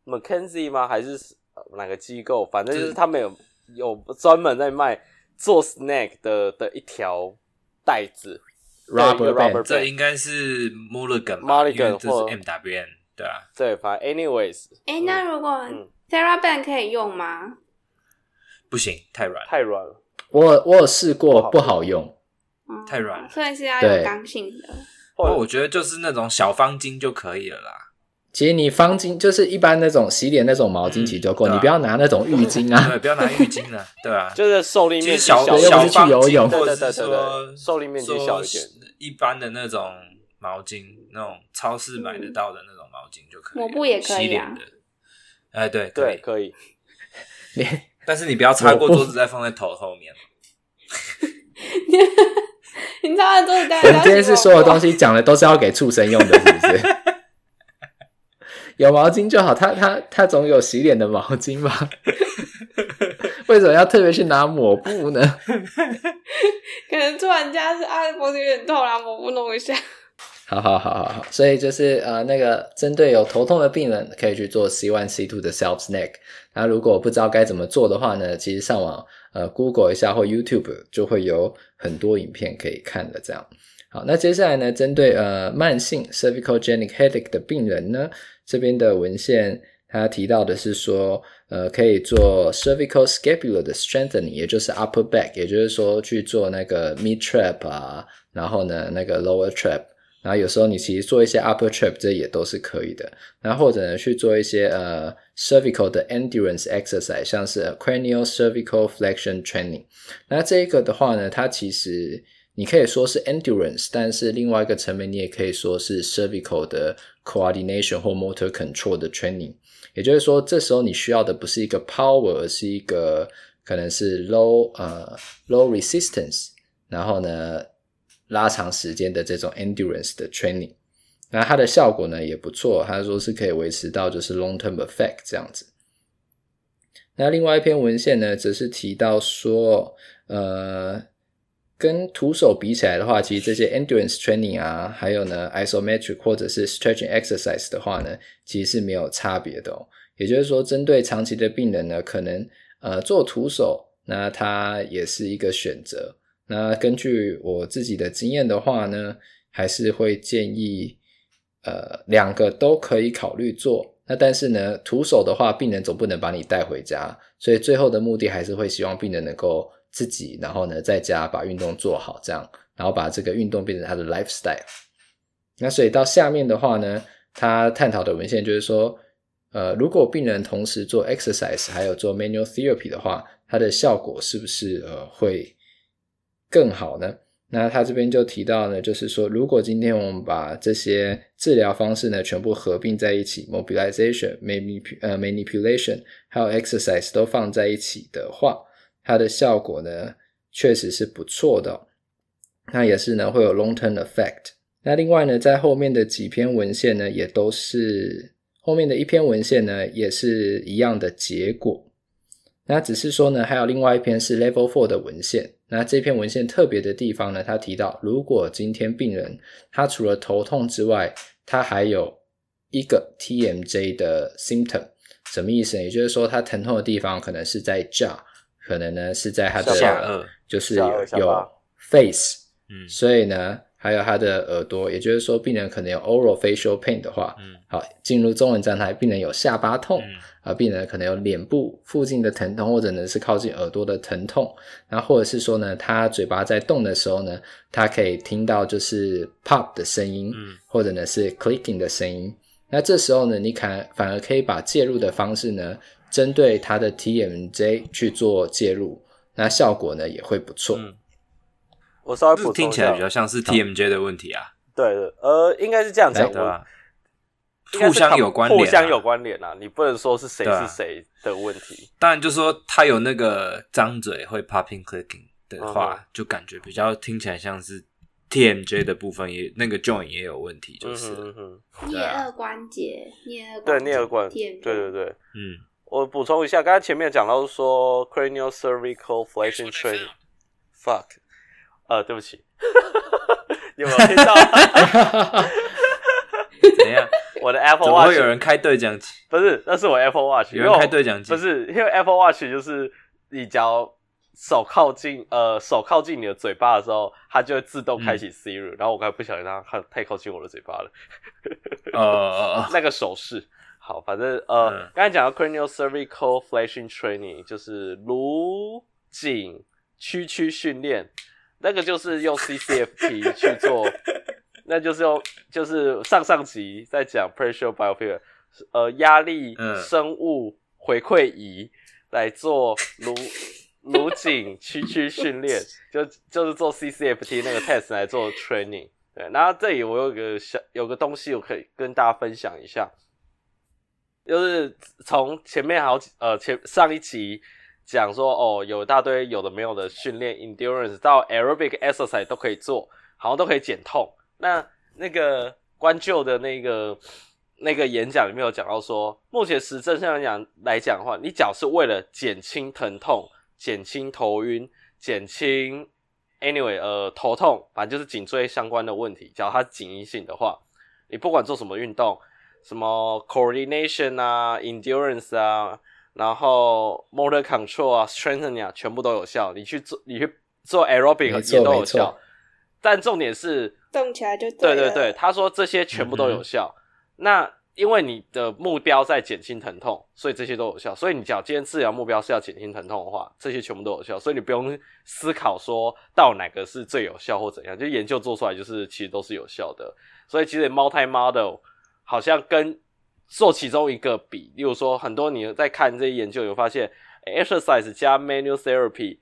Speaker 3: McKenzie 吗？还是呃哪个机构？反正就是他们有有专门在卖做 snack 的的一条袋子。对一
Speaker 1: rubber
Speaker 3: 个 rubber
Speaker 1: band，
Speaker 2: 这应该是 Mulligan 吧
Speaker 3: Mulligan
Speaker 2: 因为这
Speaker 3: 或
Speaker 2: 是 MWN，对啊，
Speaker 3: 对，反正 anyways，
Speaker 4: 哎、那如果
Speaker 3: 嗯
Speaker 4: TerraBand 可以用吗？
Speaker 2: 不行，太软，
Speaker 3: 太软了。
Speaker 1: 我我有试过，
Speaker 3: 不
Speaker 1: 不
Speaker 3: 好
Speaker 1: 好用。
Speaker 4: 嗯
Speaker 2: 太软了
Speaker 4: [laughs] 所以是要有
Speaker 1: 对
Speaker 4: 刚性的。 [laughs]
Speaker 2: 不哦过我觉得就是那种小方巾就可以了啦。
Speaker 1: 其实你方巾就是一般那种洗脸那种毛巾其实就够，
Speaker 2: 嗯对啊
Speaker 1: 你不要拿那种浴巾啊。
Speaker 2: 对，不要拿浴巾了，对啊，
Speaker 3: 就是受力
Speaker 2: 其
Speaker 3: 面
Speaker 2: 实
Speaker 3: 积
Speaker 2: 小
Speaker 3: 一
Speaker 1: 又
Speaker 2: 小
Speaker 1: 不
Speaker 3: 点，
Speaker 1: 是去
Speaker 2: 方
Speaker 1: 游
Speaker 2: 巾
Speaker 1: 泳
Speaker 2: 或
Speaker 3: 对
Speaker 2: 者
Speaker 3: 对
Speaker 2: 是
Speaker 3: 对对
Speaker 2: 说
Speaker 3: 对，受力面积
Speaker 2: 说
Speaker 3: 小一点。
Speaker 2: 一般的那种毛巾，那种超市买得到的那种毛巾就可以了，
Speaker 4: 抹布也可以啊
Speaker 2: 洗脸的。哎，对，可
Speaker 3: 对，
Speaker 2: 以，
Speaker 3: 可以。
Speaker 1: 你
Speaker 2: 但是你不要擦过
Speaker 1: 抹布
Speaker 2: 桌子再放在头后面。
Speaker 4: 你知道桌子带
Speaker 1: 我
Speaker 4: 得
Speaker 1: 们
Speaker 4: 到
Speaker 1: 今天是所有东
Speaker 4: 西，
Speaker 1: 西讲的都是要给畜生用的，是不是？有毛巾就好，它它它总有洗脸的毛巾吧？ [laughs] 为什么要特别去拿抹布呢？
Speaker 4: 可能突然家是啊脖子有点痛，然后抹布弄一下。
Speaker 1: 好好好好好，所以就是呃，那个针对有头痛的病人，可以去做 C one C two 的 self snack。那如果不知道该怎么做的话呢，其实上网呃 Google 一下或 YouTube 就会有很多影片可以看的。这样，好，那接下来呢，针对呃慢性 cervicogenic headache 的病人呢，这边的文献它提到的是说，呃，可以做 cervical scapula 的 strengthening，也就是 upper back，也就是说去做那个 mid trap 啊，然后呢那个 lower trap。然后有时候你其实做一些 upper trap，这也都是可以的。然后或者呢去做一些呃 cervical 的 endurance exercise，像是呃 cranial cervical flexion training。那这一个的话呢，它其实你可以说是 endurance，但是另外一个层面你也可以说是 cervical 的 coordination 或 motor control 的 training。也就是说，这时候你需要的不是一个 power，而是一个可能是 low 呃 low resistance，然后呢拉长时间的这种 endurance 的 training。那它的效果呢也不错，他说是可以维持到就是 long term effect 这样子。那另外一篇文献呢，则是提到说，呃，跟徒手比起来的话，其实这些 endurance training 啊，还有呢 isometric 或者是 stretching exercise 的话呢，其实是没有差别的哦。也就是说，针对长期的病人呢，可能呃做徒手，那它也是一个选择。那根据我自己的经验的话呢，还是会建议，呃，两个都可以考虑做。那但是呢，徒手的话，病人总不能把你带回家，所以最后的目的还是会希望病人能够自己，然后呢，在家把运动做好，这样，然后把这个运动变成他的 lifestyle。那所以到下面的话呢，他探讨的文献就是说，呃，如果病人同时做 exercise 还有做 manual therapy 的话，它的效果是不是呃会更好呢？那他这边就提到呢，就是说，如果今天我们把这些治疗方式呢全部合并在一起，mobilization、manip 呃 manipulation 还有 exercise 都放在一起的话，它的效果呢确实是不错的哦、那也是呢会有 long term effect。那另外呢，在后面的几篇文献呢，也都是后面的一篇文献呢，也是一样的结果。那只是说呢，还有另外一篇是 Level Four 的文献。那这篇文献特别的地方呢，它提到，如果今天病人他除了头痛之外，他还有一个 TMJ 的 symptom，什么意思呢？也就是说，他疼痛的地方可能是在 jaw，可能呢是在他的
Speaker 2: 下
Speaker 3: 啊
Speaker 2: 颚
Speaker 1: 就是
Speaker 3: 下
Speaker 1: 有
Speaker 3: 颚下巴
Speaker 1: 有 face，
Speaker 2: 啊嗯
Speaker 1: 所以呢，还有他的耳朵，也就是说，病人可能有 oral facial pain 的话，
Speaker 2: 嗯
Speaker 1: 好，进入中文站台，病人有下巴痛，
Speaker 2: 嗯
Speaker 1: 啊，病人可能有脸部附近的疼痛，或者呢是靠近耳朵的疼痛，然后或者是说呢，他嘴巴在动的时候呢，他可以听到就是 pop 的声音，
Speaker 2: 嗯
Speaker 1: 或者呢是 clicking 的声音。那这时候呢，你看反而可以把介入的方式呢，针对他的 TMJ 去做介入，那效果呢也会不错。
Speaker 2: 嗯，
Speaker 3: 我稍微
Speaker 2: 这
Speaker 3: 补充
Speaker 2: 听
Speaker 3: 一
Speaker 2: 起
Speaker 3: 下
Speaker 2: 来比较像是 TMJ 的问题啊，
Speaker 3: 对对，呃，应该是这样讲，
Speaker 2: 哎对
Speaker 3: 我
Speaker 2: 吧？
Speaker 3: 应该
Speaker 2: 互
Speaker 3: 是
Speaker 2: 相
Speaker 3: 看
Speaker 2: 有关联啊，
Speaker 3: 互相有关联啊，你不能说是谁
Speaker 2: 对啊
Speaker 3: 是谁的问题。
Speaker 2: 当然，就说他有那个张嘴会 popping clicking 的话，
Speaker 3: 嗯
Speaker 2: 就感觉比较听起来像是 TMJ 的部分也那个 joint 也有问题，就
Speaker 3: 嗯
Speaker 2: 是了
Speaker 3: 哼嗯哼，
Speaker 4: 颞
Speaker 2: 对啊
Speaker 4: 颌关节，颞
Speaker 3: 对，
Speaker 4: 颌关节
Speaker 3: 颞耳冠，对
Speaker 4: 点
Speaker 3: 对对。
Speaker 2: 嗯
Speaker 3: 我补充一下，刚才前面讲到说 cranial cervical flexion training。fuck，呃，对不起， [laughs] 你有没有听
Speaker 2: [laughs]
Speaker 3: 到
Speaker 2: 怎样？
Speaker 3: 我的
Speaker 2: 怎
Speaker 3: Apple
Speaker 2: 么
Speaker 3: Watch？
Speaker 2: 会有人开对讲机？
Speaker 3: 不是，那是我 Apple Watch，
Speaker 2: 有
Speaker 3: 因为
Speaker 2: 人
Speaker 3: 我
Speaker 2: 开对讲机？
Speaker 3: 不是，因为 Apple Watch 就是你只要手靠近呃手靠近你的嘴巴的时候，它就会自动开
Speaker 2: 嗯
Speaker 3: 启 Siri、然后我刚才不小心让它靠太靠近我的嘴巴了，
Speaker 2: [laughs] 哦哦哦，
Speaker 3: 那个手势。好，反正呃
Speaker 2: 嗯，
Speaker 3: 刚、才讲到 cranial cervical flashing training 就是颅颈屈曲训练，那个就是用 CCFP 去做，那就是用就是上上集在讲 pressure biofield 呃压力
Speaker 2: 嗯
Speaker 3: 生物回馈仪来做颅颅颈屈曲训练，就就是做 CCFT 那个 test 来做 training。对，然后这里我有个小有个东西，我可以跟大家分享一下，就是从前面好几呃前上一集讲说哦，有一大堆有的没有的训练 endurance 到 aerobic exercise 都可以做，好像都可以减痛。那那个关旧的那个那个演讲里面有讲到说，目前实证上来讲来讲的话，你脚是为了减轻疼痛、减轻头晕、减轻 anyway 呃头痛，反正就是颈椎相关的问题。只要它紧一性的话，你不管做什么运动，什么 coordination 啊、endurance 啊，然后 motor control 啊、strengthening 啊，全部都有效。你去做，你去做 aerobic
Speaker 1: 没错
Speaker 3: 也都有
Speaker 1: 没错
Speaker 3: 效。但重点是，
Speaker 4: 动起来就
Speaker 3: 对
Speaker 4: 对
Speaker 3: 对
Speaker 4: 了
Speaker 3: 对，他说这些全部都有效。那因为你的目标在减轻疼痛，所以这些都有效。所以你讲今天治疗目标是要减轻疼痛的话，这些全部都有效。所以你不用思考说到哪个是最有效或怎样，就研究做出来就是其实都是有效的。所以其实 multi model 好像跟做其中一个比，例如说很多你在看这些研究，你会发现诶 exercise 加 manual therapy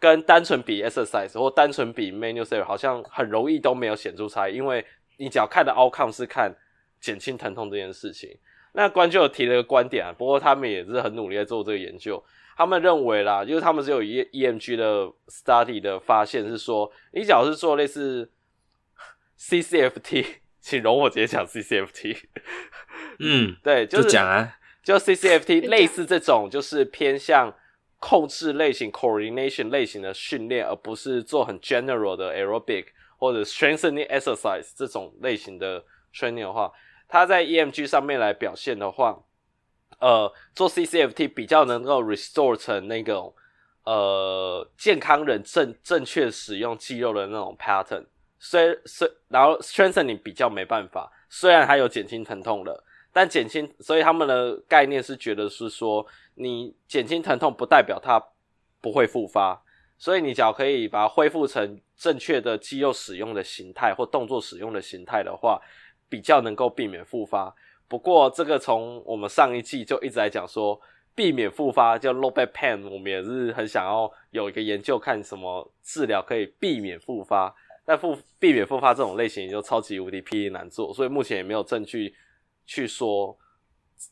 Speaker 3: 跟单纯比 exercise 或单纯比 manual therapy 好像很容易都没有显著差异，因为你只要看的 outcome 是看减轻疼痛这件事情。那关就有提了一个观点啊，不过他们也是很努力在做这个研究。他们认为啦，就是他们是有 E EMG 的 study 的发现是说，你只要是做类似 CCFT，请容我直接讲 CCFT，
Speaker 2: 嗯，
Speaker 3: 对，
Speaker 2: 就是讲啊，
Speaker 3: 就 CCFT
Speaker 4: 讲
Speaker 3: 类似这种，就是偏向控制类型、coordination 类型的训练，而不是做很 general 的 aerobic 或者 strengthening exercise 这种类型的 training 的话，它在 EMG 上面来表现的话，呃，做 CCFT 比较能够 restore 成那种呃健康人正正确使用肌肉的那种 pattern。虽虽然后 strengthening 比较没办法，虽然它有减轻疼痛了。但减轻，所以他们的概念是觉得是说，你减轻疼痛不代表它不会复发，所以你只要可以把它恢复成正确的肌肉使用的形态或动作使用的形态的话，比较能够避免复发。不过这个从我们上一季就一直在讲说，避免复发叫 low back pain，我们也是很想要有一个研究看什么治疗可以避免复发。但复避免复发这种类型就超级无敌霹雳难做，所以目前也没有证据去说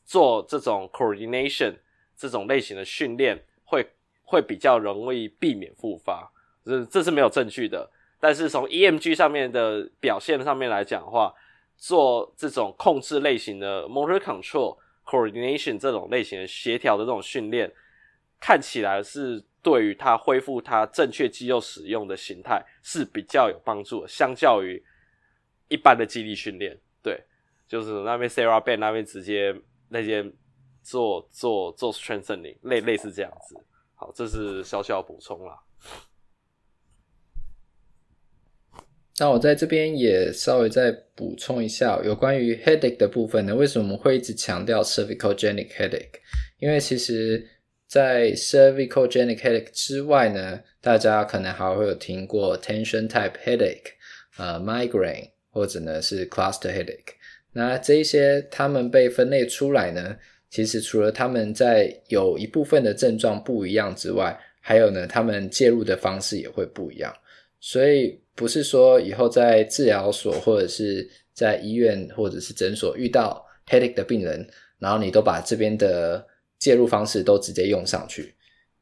Speaker 3: 做这种 coordination 这种类型的训练会会比较容易避免复发，这这是没有证据的。但是从 EMG 上面的表现上面来讲的话，做这种控制类型的 motor control coordination 这种类型的协调的这种训练，看起来是对于它恢复它正确肌肉使用的形态是比较有帮助的，相较于一般的肌力训练。对，就是那边 Sarah Ben 那边直接那些做做做 strengthening 类类似这样子。好，这是小小补充啦。
Speaker 1: 那我在这边也稍微再补充一下有关于 headache 的部分呢，为什么我们会一直强调 cervicogenic headache？因为其实，在 cervicogenic headache 之外呢，大家可能还会有听过 tension type headache，呃，migraine 或者呢是 cluster headache。那这一些它们被分类出来呢，其实除了它们在有一部分的症状不一样之外，还有呢，它们介入的方式也会不一样。所以不是说以后在治疗所或者是在医院或者是诊所遇到 headache 的病人，然后你都把这边的介入方式都直接用上去。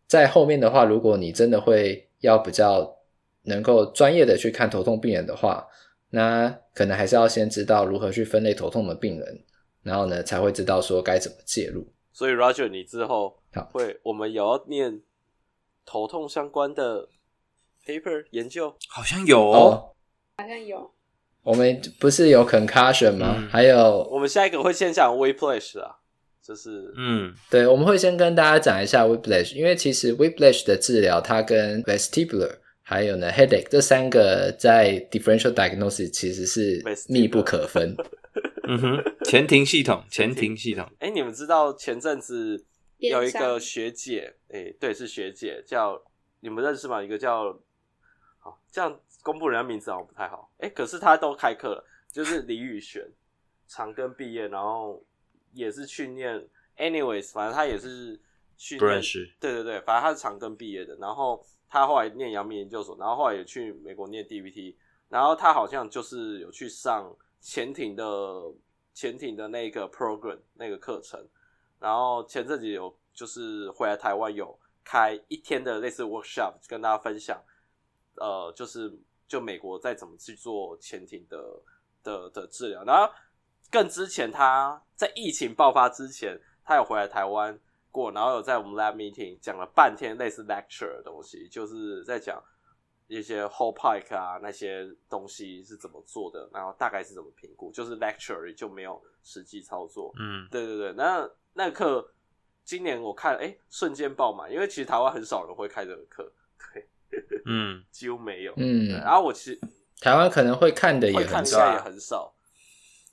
Speaker 1: 在后面的话，如果你真的会要比较能够专业的去看头痛病人的话，那可能还是要先知道如何去分类头痛的病人，然后呢才会知道说该怎么介入。
Speaker 3: 所以 Roger，你之后
Speaker 1: 好
Speaker 3: 会我们也要念头痛相关的 paper 研究，
Speaker 2: 好像有哦，
Speaker 1: 哦，
Speaker 4: 好像有
Speaker 1: 我们不是有 concussion 吗？
Speaker 2: 嗯
Speaker 1: 还有
Speaker 3: 我们下一个会先讲 we place 啊，就是
Speaker 2: 嗯，
Speaker 1: 对，我们会先跟大家讲一下 whiplash，因为其实 whiplash 的治疗它跟 vestibular 还有呢 headache 这三个在 differential diagnosis 其实是
Speaker 3: Vestibular
Speaker 1: 密不可分。
Speaker 2: 嗯哼，前庭系统，前庭系统，
Speaker 3: 哎、你们知道前阵子有一
Speaker 4: 电商
Speaker 3: 个学姐，哎、对，是学姐，叫你们认识吗？一个叫，好，这样公布人家名字好像不太好。哎、可是她都开课了，就是李宇璇，长庚毕业，然后也是去念，anyways，反正她也是去
Speaker 2: 不认
Speaker 3: 念
Speaker 2: 识。
Speaker 3: 对对对，反正他是长庚毕业的，然后他后来念阳明研究所，然后后来也去美国念 DVT，然后他好像就是有去上潜艇的潜艇的那个 program 那个课程，然后前阵子有就是回来台湾有开一天的类似 workshop 跟大家分享，呃，就是就美国在怎么去做潜艇的的的治疗，然后更之前他在疫情爆发之前，他有回来台湾过，然后有在我们 lab meeting 讲了半天类似 lecture 的东西，就是在讲一些 whole pike 啊那些东西是怎么做的，然后大概是怎么评估，就是 lecture 就没有实际操作，
Speaker 2: 嗯，
Speaker 3: 对对对，那那个课今年我看，哎、瞬间爆满，因为其实台湾很少人会开这个课，对，
Speaker 2: 嗯，
Speaker 3: 几乎没有。对
Speaker 1: 嗯
Speaker 3: 然，后我其实
Speaker 1: 台湾可能会看的也
Speaker 3: 会看
Speaker 1: 很
Speaker 3: 应
Speaker 1: 少，
Speaker 2: 啊
Speaker 3: 该也很少，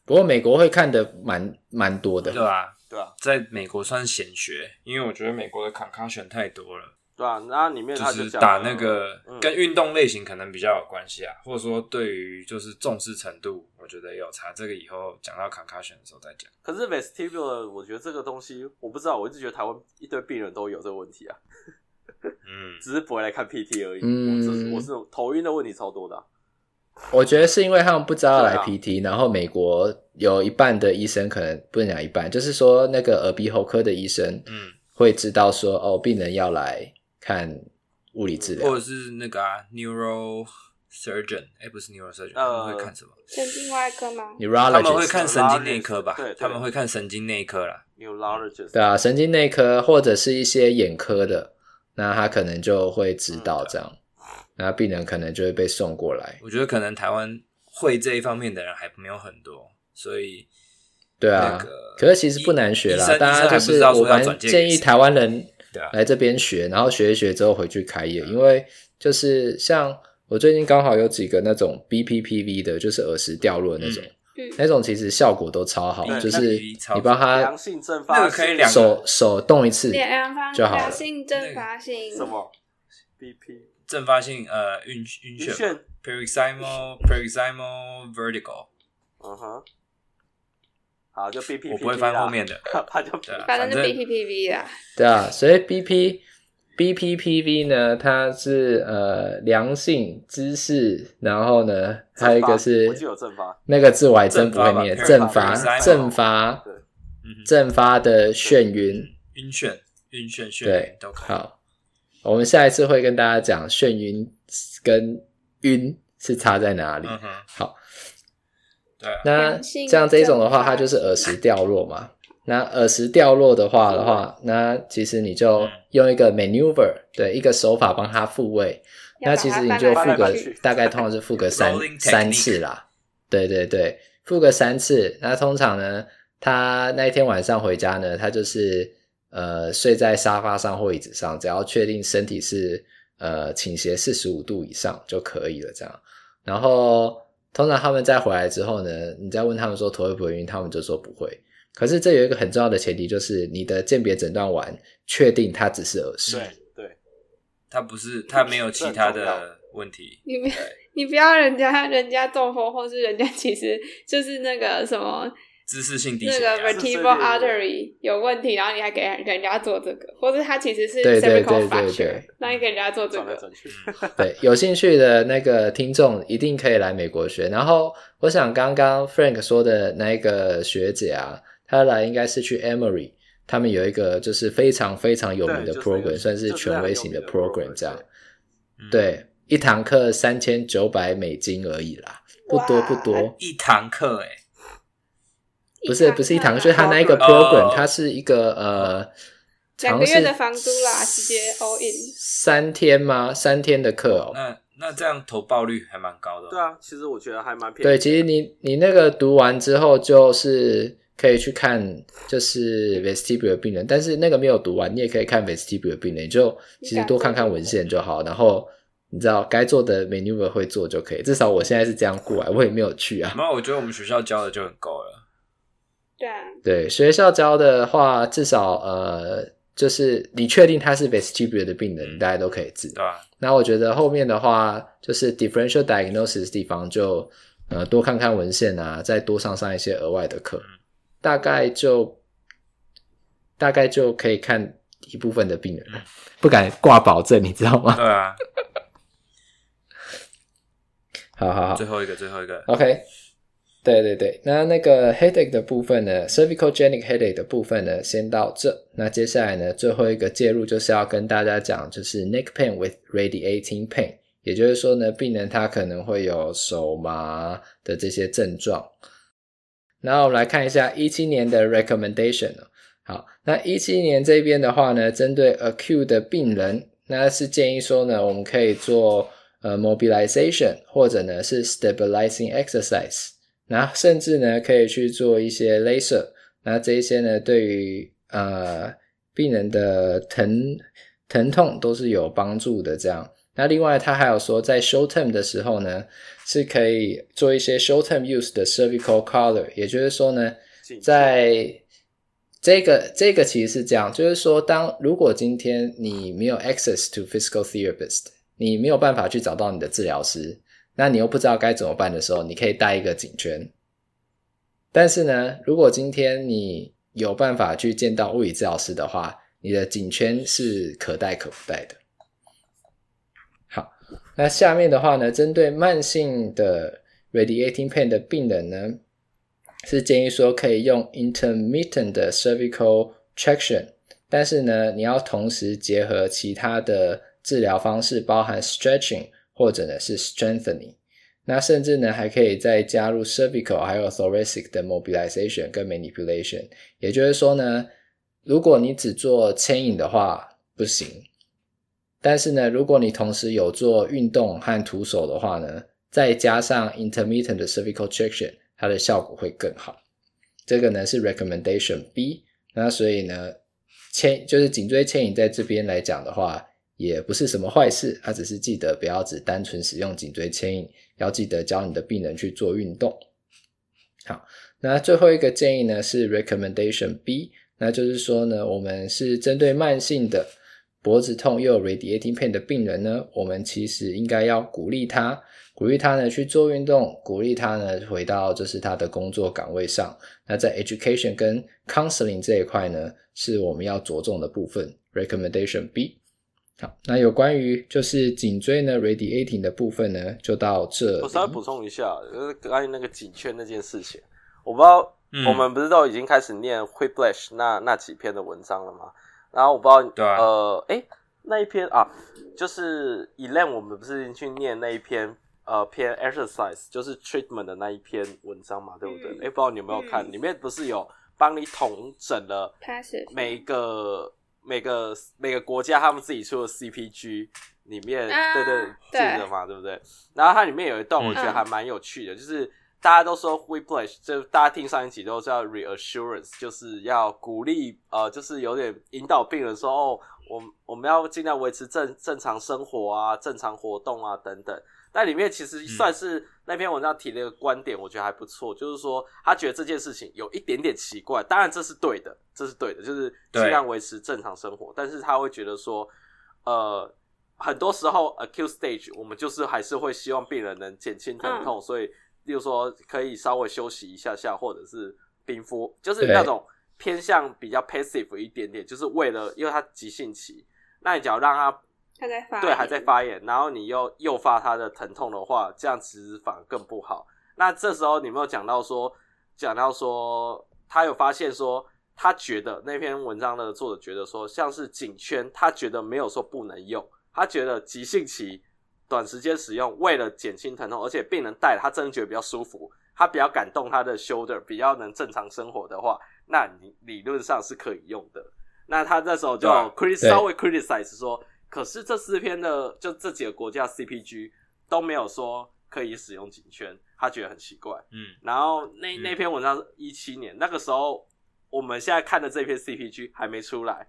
Speaker 1: 不过美国会看的蛮蛮多的
Speaker 2: 对。吧、
Speaker 3: 对啊，
Speaker 2: 在美国算显学，因为我觉得美国的 concussion 太多了，
Speaker 3: 对啊，那里面他
Speaker 2: 是
Speaker 3: 讲
Speaker 2: 打
Speaker 3: 了
Speaker 2: 那个
Speaker 3: 嗯
Speaker 2: 跟运动类型可能比较有关系啊，或者说对于就是重视程度，我觉得有差。这个以后讲到 concussion 的时候再讲。
Speaker 3: 可是 vestibular，我觉得这个东西我不知道，我一直觉得台湾一堆病人都有这个问题啊，
Speaker 2: 嗯，
Speaker 3: 只是不会来看 PT 而已。
Speaker 1: 嗯
Speaker 3: 我是我是头晕的问题超多的啊、
Speaker 1: 我觉得是因为他们不知道来
Speaker 3: 对啊
Speaker 1: PT，、然后美国有一半的医生可能不能讲一半，就是说那个耳鼻喉科的医生，
Speaker 2: 嗯，
Speaker 1: 会知道说哦，病人要来看物理治疗
Speaker 2: 或，者是那个啊，neuro surgeon，哎、不是 neuro surgeon，、
Speaker 3: 呃
Speaker 2: 他们会看什么？
Speaker 4: 神经外科吗？
Speaker 2: 他们会
Speaker 1: neurologist，
Speaker 2: 看神经内科吧？
Speaker 3: 对对
Speaker 2: 他们会看神经内科啦。
Speaker 3: neurologist，
Speaker 1: 对啊，神经内科或者是一些眼科的，那他可能就会知
Speaker 2: 嗯啊
Speaker 1: 道这样，那病人可能就会被送过来。
Speaker 2: 我觉得可能台湾会这一方面的人还没有很多，所以
Speaker 1: 对啊
Speaker 2: 那个
Speaker 1: 可是其实不难学
Speaker 2: 医
Speaker 1: 啦
Speaker 2: 生，
Speaker 1: 大
Speaker 2: 医
Speaker 1: 家
Speaker 2: 生还
Speaker 1: 就
Speaker 2: 不知
Speaker 1: 是
Speaker 2: 道
Speaker 1: 我
Speaker 2: 说要
Speaker 1: 蛮
Speaker 2: 转介给
Speaker 1: 建议
Speaker 2: 谁
Speaker 1: 台湾人
Speaker 2: 对啊，嗯
Speaker 1: 来这边学，然后学一学之后回去开业，因为就是像我最近刚好有几个那种 BPPV 的，就是耳石掉落那种，
Speaker 4: 嗯
Speaker 1: 那种其实效果都超好
Speaker 2: 对，
Speaker 1: 就是
Speaker 2: 嗯那比例超
Speaker 1: 你帮他
Speaker 3: 良性蒸发
Speaker 2: 那个可以两
Speaker 1: 手
Speaker 2: 个
Speaker 1: 手动一次，
Speaker 4: 两两方
Speaker 1: 就好了
Speaker 4: 良性正法性
Speaker 3: 什么 BP
Speaker 2: 阵发性呃晕晕
Speaker 3: 晕
Speaker 2: 眩
Speaker 3: 眩
Speaker 2: 吧，，peroximal peroximal vertical，
Speaker 3: 嗯哼，好就 BP，
Speaker 2: 我不会翻后，面的。
Speaker 3: [laughs] 他就
Speaker 2: 对啊
Speaker 4: 反正就
Speaker 2: 反正
Speaker 4: BTPV 啦。
Speaker 1: 对啊，所以 BP BPPV 呢，它是呃良性姿势，然后呢还有一个
Speaker 3: 我
Speaker 1: 是
Speaker 3: 就有蒸发，
Speaker 1: 那个字我还真不会念，
Speaker 2: 正
Speaker 1: 正
Speaker 2: 发吧
Speaker 1: 发
Speaker 2: 正
Speaker 1: 正发
Speaker 3: 对，
Speaker 2: 嗯哼
Speaker 1: 正发的眩晕，
Speaker 2: 晕眩晕眩眩
Speaker 1: 对
Speaker 2: 晕都，可以。
Speaker 1: 好，我们下一次会跟大家讲眩晕跟晕是差在哪里。
Speaker 2: 嗯哼，
Speaker 1: 好，
Speaker 2: 对啊，
Speaker 1: 那
Speaker 4: 良性
Speaker 1: 这样这一种的话，
Speaker 4: 正发
Speaker 1: 它就是耳石掉落嘛。那耳石掉落的话的话，那其实你就用一个 maneuver，对，一个手法帮它复位。
Speaker 4: 要
Speaker 1: 那
Speaker 4: 把它
Speaker 1: 其实你就复
Speaker 3: 翻来
Speaker 1: 个
Speaker 3: 翻去
Speaker 1: 大概通常是复个三
Speaker 2: Rolling technique
Speaker 1: 三次啦。对对对，复个三次。那通常呢，他那一天晚上回家呢，他就是呃睡在沙发上或椅子上，只要确定身体是呃倾斜四十五度以上就可以了，这样。然后通常他们再回来之后呢，你再问他们说头会不会晕，他们就说不会。可是这有一个很重要的前提，就是你的鉴别诊断完，确定它只是耳石。
Speaker 3: 对对，
Speaker 2: 他不是他没有其他
Speaker 3: 这很重
Speaker 2: 的问题。
Speaker 4: 你不要
Speaker 2: 对，
Speaker 4: 你不要人家人家中风，或是人家其实就是那个什么
Speaker 2: 姿势性低
Speaker 4: 那
Speaker 2: 血
Speaker 4: 个
Speaker 2: 压，
Speaker 4: vertebral
Speaker 3: 是是
Speaker 4: artery 有问题，然后你还给人家做这个，或者他其实是
Speaker 1: 对对
Speaker 4: cervical
Speaker 1: 对对
Speaker 4: fracture，
Speaker 1: 对
Speaker 4: 那你给人家做这
Speaker 3: 转来
Speaker 4: 个，
Speaker 3: 转去，
Speaker 2: 嗯
Speaker 1: 对，有兴趣的那个听众一定可以来美国学。然后，我想刚刚 Frank 说的那个学姐啊，她来应该是去 Emory，他们有一个就是非常非常有名
Speaker 3: 对
Speaker 1: 的
Speaker 3: 就是那
Speaker 1: program，、
Speaker 3: 个
Speaker 1: 算是
Speaker 3: 就是
Speaker 1: 权威型
Speaker 3: 那个有名的
Speaker 1: program 这样。
Speaker 2: 嗯，
Speaker 1: 对，一堂课三千九百美金而已啦，不多不多。
Speaker 2: 一堂课哎，
Speaker 1: 不是不是一堂，
Speaker 4: 啦
Speaker 1: 就是他那一个
Speaker 2: program
Speaker 1: program，它是一个呃，
Speaker 4: 两
Speaker 1: 尝
Speaker 4: 个
Speaker 1: 试
Speaker 4: 月的房租啦，直接 all in。
Speaker 1: 三天吗？三天的课哦。
Speaker 2: 那那这样投报率还蛮高的哦。
Speaker 3: 对啊，其实我觉得还蛮便宜
Speaker 1: 对，其实你你那个读完之后，就是可以去看就是 vestibular 病人，但是那个没有读完，你也可以看 vestibular 病人，你就其实多看看文献就好。然后你知道该做的 maneuver 会做就可以，至少我现在是这样过来，我也没有去啊。
Speaker 2: 没有，我觉得我们学校教的就很够了。
Speaker 4: 对啊，
Speaker 1: [laughs] 对，学校教的话，至少呃，就是你确定他是 vestibular 的病人，
Speaker 2: 嗯
Speaker 1: 大家都可以治
Speaker 2: 对。吧？
Speaker 1: 那我觉得后面的话，就是 differential diagnosis 的地方就呃多看看文献啊，再多上上一些额外的课，大概就大概就可以看一部分的病人了，不敢挂保证，你知道吗？
Speaker 2: 对啊，
Speaker 1: 好好好
Speaker 2: 最，后一个，最后一个，
Speaker 1: OK，对对对，那那个 headache 的部分呢，cervicogenic headache 的部分呢，先到这。那接下来呢，最后一个介入就是要跟大家讲，就是 neck pain with radiating pain，也就是说呢，病人他可能会有手麻的这些症状。那我们来看一下一七年的 recommendation 哦。好，那一七年这边的话呢，针对 acute 的病人，那是建议说呢，我们可以做呃 mobilization，或者呢是 stabilizing exercise，那甚至呢可以去做一些 laser，那这一些呢对于呃病人的疼疼痛都是有帮助的这样。那另外，他还有说，在 short term 的时候呢，是可以做一些 short term use 的 cervical collar，也就是说呢，
Speaker 3: 颈椎
Speaker 1: 在这个这个其实是这样，就是说，当如果今天你没有 access to physical therapist，你没有办法去找到你的治疗师，那你又不知道该怎么办的时候，你可以带一个颈圈。但是呢，如果今天你有办法去见到物理治疗师的话，你的颈圈是可带可不带的。好，那下面的话呢，针对慢性的 radiating pain 的病人呢，是建议说可以用 intermittent 的 cervical traction，但是呢，你要同时结合其他的治疗方式，包含 stretching 或者呢是 strengthening。那甚至呢，还可以再加入 cervical 还有 thoracic 的 mobilization 跟 manipulation。也就是说呢，如果你只做牵引的话不行，但是呢，如果你同时有做运动和徒手的话呢，再加上 intermittent 的 cervical traction，它的效果会更好。这个呢是 recommendation B。那所以呢，牵就是颈椎牵引在这边来讲的话，也不是什么坏事，它只是记得不要只单纯使用颈椎牵引，要记得教你的病人去做运动。好，那最后一个建议呢是 recommendation B，那就是说呢，我们是针对慢性的脖子痛又有 radiating pain 的病人呢，我们其实应该要鼓励他，鼓励他呢去做运动，鼓励他呢回到就是他的工作岗位上。那在 education 跟 counseling 这一块呢，是我们要着重的部分。recommendation B。好，那有关于就是颈椎呢 radiating 的部分呢，就到这里。
Speaker 3: 我稍微补充一下，就是关于那个颈圈那件事情，我不知道、
Speaker 2: 嗯
Speaker 3: 我们不是都已经开始念 Whiplash 那那几篇的文章了吗？然后我不知道，
Speaker 2: 对啊
Speaker 3: 呃，哎、那一篇啊，就是 Elan，我们不是去念那一篇呃篇 Exercise，就是 Treatment 的那一篇文章嘛，对不对？哎、
Speaker 4: 嗯
Speaker 3: 不知道你有没有看，
Speaker 4: 嗯
Speaker 3: 里面不是有帮你统整了
Speaker 4: passive
Speaker 3: 每一个每个每个国家他们自己出的 CPG 里面，
Speaker 4: 啊
Speaker 3: 对对
Speaker 4: 对
Speaker 3: 记得嘛，对不对？然后它里面有一段我觉得
Speaker 4: 嗯
Speaker 3: 还蛮有趣的，就是大家都说 we pledge，就大家听上一集都知道 reassurance，就是要鼓励呃，就是有点引导病人说哦，我们我们要尽量维持正正常生活啊、正常活动啊等等。但里面其实算是那篇文章提了一个观点，我觉得还不错，就是说他觉得这件事情有一点点奇怪，当然这是对的，这是对的，就是尽
Speaker 2: 对
Speaker 3: 量维持正常生活，但是他会觉得说，呃，很多时候 acute stage 我们就是还是会希望病人能减轻疼痛，所以例如说可以稍微休息一下下，或者是冰敷，就是
Speaker 1: 对
Speaker 3: 那种偏向比较 passive 一点点，就是为了因为它急性期，那你只要让它
Speaker 4: 它在发
Speaker 3: 对，还在
Speaker 4: 炎
Speaker 3: 发炎，然后你又诱发他的疼痛的话，这样其实反而更不好。那这时候你有没有讲到说，讲到说他有发现说，他觉得那篇文章的作者觉得说，像是颈圈，他觉得没有说不能用，他觉得急性期短时间使用，为了减轻疼痛，而且病人戴了他真的觉得比较舒服，他比较敢动他的 shoulder，比较能正常生活的话，那你理论上是可以用的。那他那时候就
Speaker 2: 对啊
Speaker 3: crit
Speaker 1: 对
Speaker 3: 稍微 criticize 说，可是这四篇的就这几个国家 CPG 都没有说可以使用颈圈，他觉得很奇怪。
Speaker 2: 嗯，
Speaker 3: 然后那
Speaker 2: 嗯
Speaker 3: 那篇文章一七年，那个时候我们现在看的这篇 CPG 还没出来，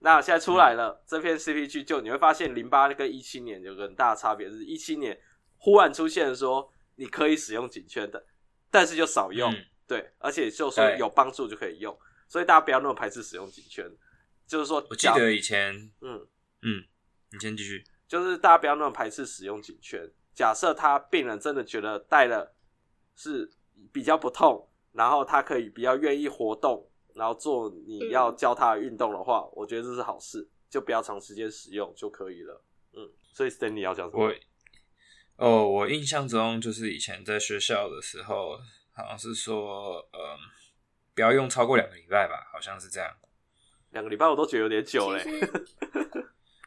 Speaker 3: 那现在出来
Speaker 2: 嗯
Speaker 3: 了，这篇 CPG 就你会发现零八跟一七年有个很大的差别，是一七年忽然出现说你可以使用颈圈的，但是就少用，
Speaker 2: 嗯
Speaker 3: 对，而且就是说
Speaker 2: 对
Speaker 3: 有帮助就可以用，所以大家不要那么排斥使用颈圈，就是说，
Speaker 2: 我记得以前，
Speaker 3: 嗯，
Speaker 2: 嗯，你先继续。
Speaker 3: 就是大家不要那么排斥使用颈圈。假设他病人真的觉得戴了是比较不痛，然后他可以比较愿意活动，然后做
Speaker 4: 嗯
Speaker 3: 你要教他的运动的话，我觉得这是好事，就不要长时间使用就可以了。嗯，所以 Stanley 要讲什么
Speaker 2: 我？哦，我印象中就是以前在学校的时候，好像是说，嗯，不要用超过两个礼拜吧，好像是这样。
Speaker 3: 两个礼拜我都觉得有点久欸嘞、
Speaker 4: 其实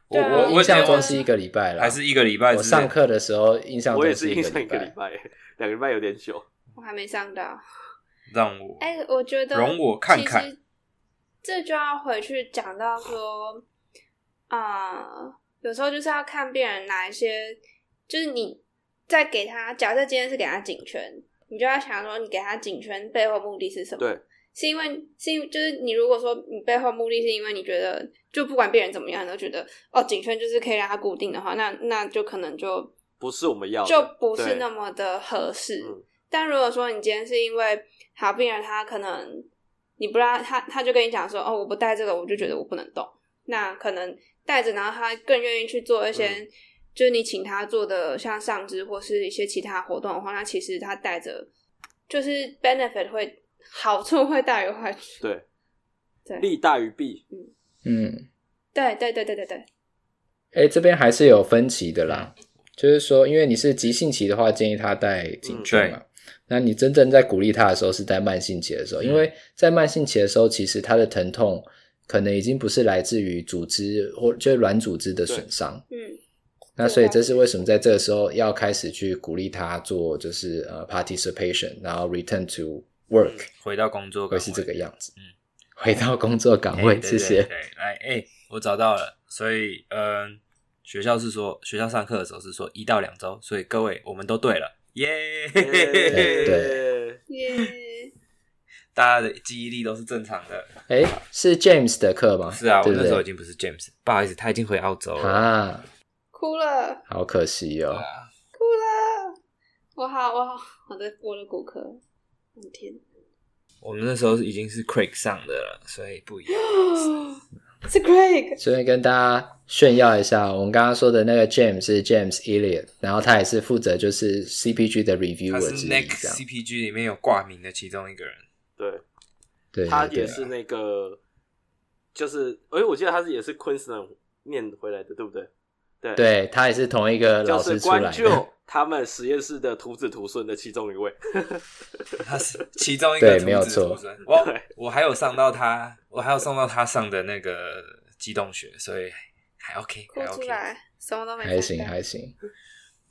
Speaker 2: 我
Speaker 4: 对啊
Speaker 2: 我
Speaker 1: 我
Speaker 2: 我
Speaker 1: 印象中
Speaker 4: 我
Speaker 1: 是一个礼拜了，
Speaker 2: 还是一个礼拜之内？
Speaker 1: 我上课的时候印象
Speaker 3: 我也
Speaker 1: 中
Speaker 3: 是
Speaker 1: 一
Speaker 3: 印
Speaker 1: 个
Speaker 3: 象
Speaker 1: 礼
Speaker 3: 一个礼
Speaker 1: 拜。
Speaker 3: 拜，两个礼拜有点久。
Speaker 4: 我还没上到。
Speaker 2: 让我
Speaker 4: 哎、我觉得
Speaker 2: 容我看看
Speaker 4: 其实这就要回去讲到说，啊、有时候就是要看病人哪一些，就是你在给他，假设今天是给他颈圈，你就要想说，你给他颈圈背后目的是什么？
Speaker 3: 对，
Speaker 4: 是因为是因就是你如果说你背后目的是因为你觉得就不管病人怎么样，你都觉得哦颈圈就是可以让他固定的话，那那就可能就
Speaker 3: 不是我们要的
Speaker 4: 就不是
Speaker 3: 对
Speaker 4: 那么的合适
Speaker 3: 嗯。
Speaker 4: 但如果说你今天是因为好病人他可能你不让他他就跟你讲说哦我不戴这个我就觉得我不能动，那可能戴着然后他更愿意去做一些。
Speaker 3: 嗯
Speaker 4: 就是你请他做的像上肢或是一些其他活动的话，那其实他戴着就是 benefit 会好处会大于坏处。
Speaker 3: 对，
Speaker 4: 对
Speaker 3: 利大于 [laughs] 弊。
Speaker 1: 嗯，
Speaker 4: 对对对对对对，
Speaker 1: 哎，这边还是有分歧的啦，就是说，因为你是急性期的话，建议他戴颈圈嘛。那你真正在鼓励他的时候，是在慢性期的时候，
Speaker 2: 嗯
Speaker 1: 因为在慢性期的时候，其实他的疼痛可能已经不是来自于组织或就是软组织的损伤。
Speaker 4: 嗯，
Speaker 1: 那所以这是为什么在这个时候要开始去鼓励他做就是呃 participation，然后 return to work，
Speaker 2: 回到工作岗
Speaker 1: 会
Speaker 2: 位
Speaker 1: 是这个样子。
Speaker 2: 嗯，
Speaker 1: 回到工作岗位，
Speaker 2: 哎对
Speaker 1: 谢
Speaker 2: 对
Speaker 1: 谢。
Speaker 2: 对，来，哎、我找到了，所以嗯，学校是说学校上课的时候是说一到两周，所以各位我们都对了，耶、
Speaker 1: 对
Speaker 3: 对。
Speaker 4: 耶、
Speaker 2: [laughs] 大家的记忆力都是正常的。
Speaker 1: 哎，是 James 的课吗？
Speaker 2: 是啊，我
Speaker 1: 哦对不
Speaker 2: 那
Speaker 1: 对
Speaker 2: 时候已经不是 James，不好意思，他已经回澳洲了。
Speaker 1: 啊，
Speaker 4: 哭了
Speaker 1: 好可惜哦。
Speaker 4: 哭了，我好我好我的我的骨科，我的天，
Speaker 2: 我们那时候已经是 Craig 上的了，所以不一样。
Speaker 4: 是 Craig，
Speaker 1: 顺便跟大家炫耀一下，我们刚刚说的那个 James 是 James Elliot，然后他也是负责就是 CPG 的
Speaker 2: 他
Speaker 1: reviewer
Speaker 2: 是
Speaker 1: 之一，
Speaker 2: NEC
Speaker 1: 这样
Speaker 2: CPG 里面有挂名的其中一个人。
Speaker 3: 对，
Speaker 1: 对，
Speaker 3: 他
Speaker 1: 对啊
Speaker 3: 也是那个，就是，哎、我记得他是也是 Queensland 念回来的，对不对？对，
Speaker 1: 对他也是同一个
Speaker 3: 就
Speaker 1: 老
Speaker 3: 是
Speaker 1: 师出来
Speaker 3: 关
Speaker 1: 的，
Speaker 3: 就他们实验室的徒子徒孙的其中一位。
Speaker 2: 他
Speaker 1: [laughs]
Speaker 2: 是其中一个
Speaker 1: 对
Speaker 2: 徒
Speaker 1: 没有
Speaker 2: 子
Speaker 1: 错
Speaker 2: 徒孙我
Speaker 3: 对
Speaker 2: 我还有上到他，我还有上到他上的那个机动学，所以还 OK，
Speaker 4: 哭
Speaker 2: 还
Speaker 4: 出
Speaker 2: OK。
Speaker 4: 来，什么都没看到
Speaker 1: 还行还行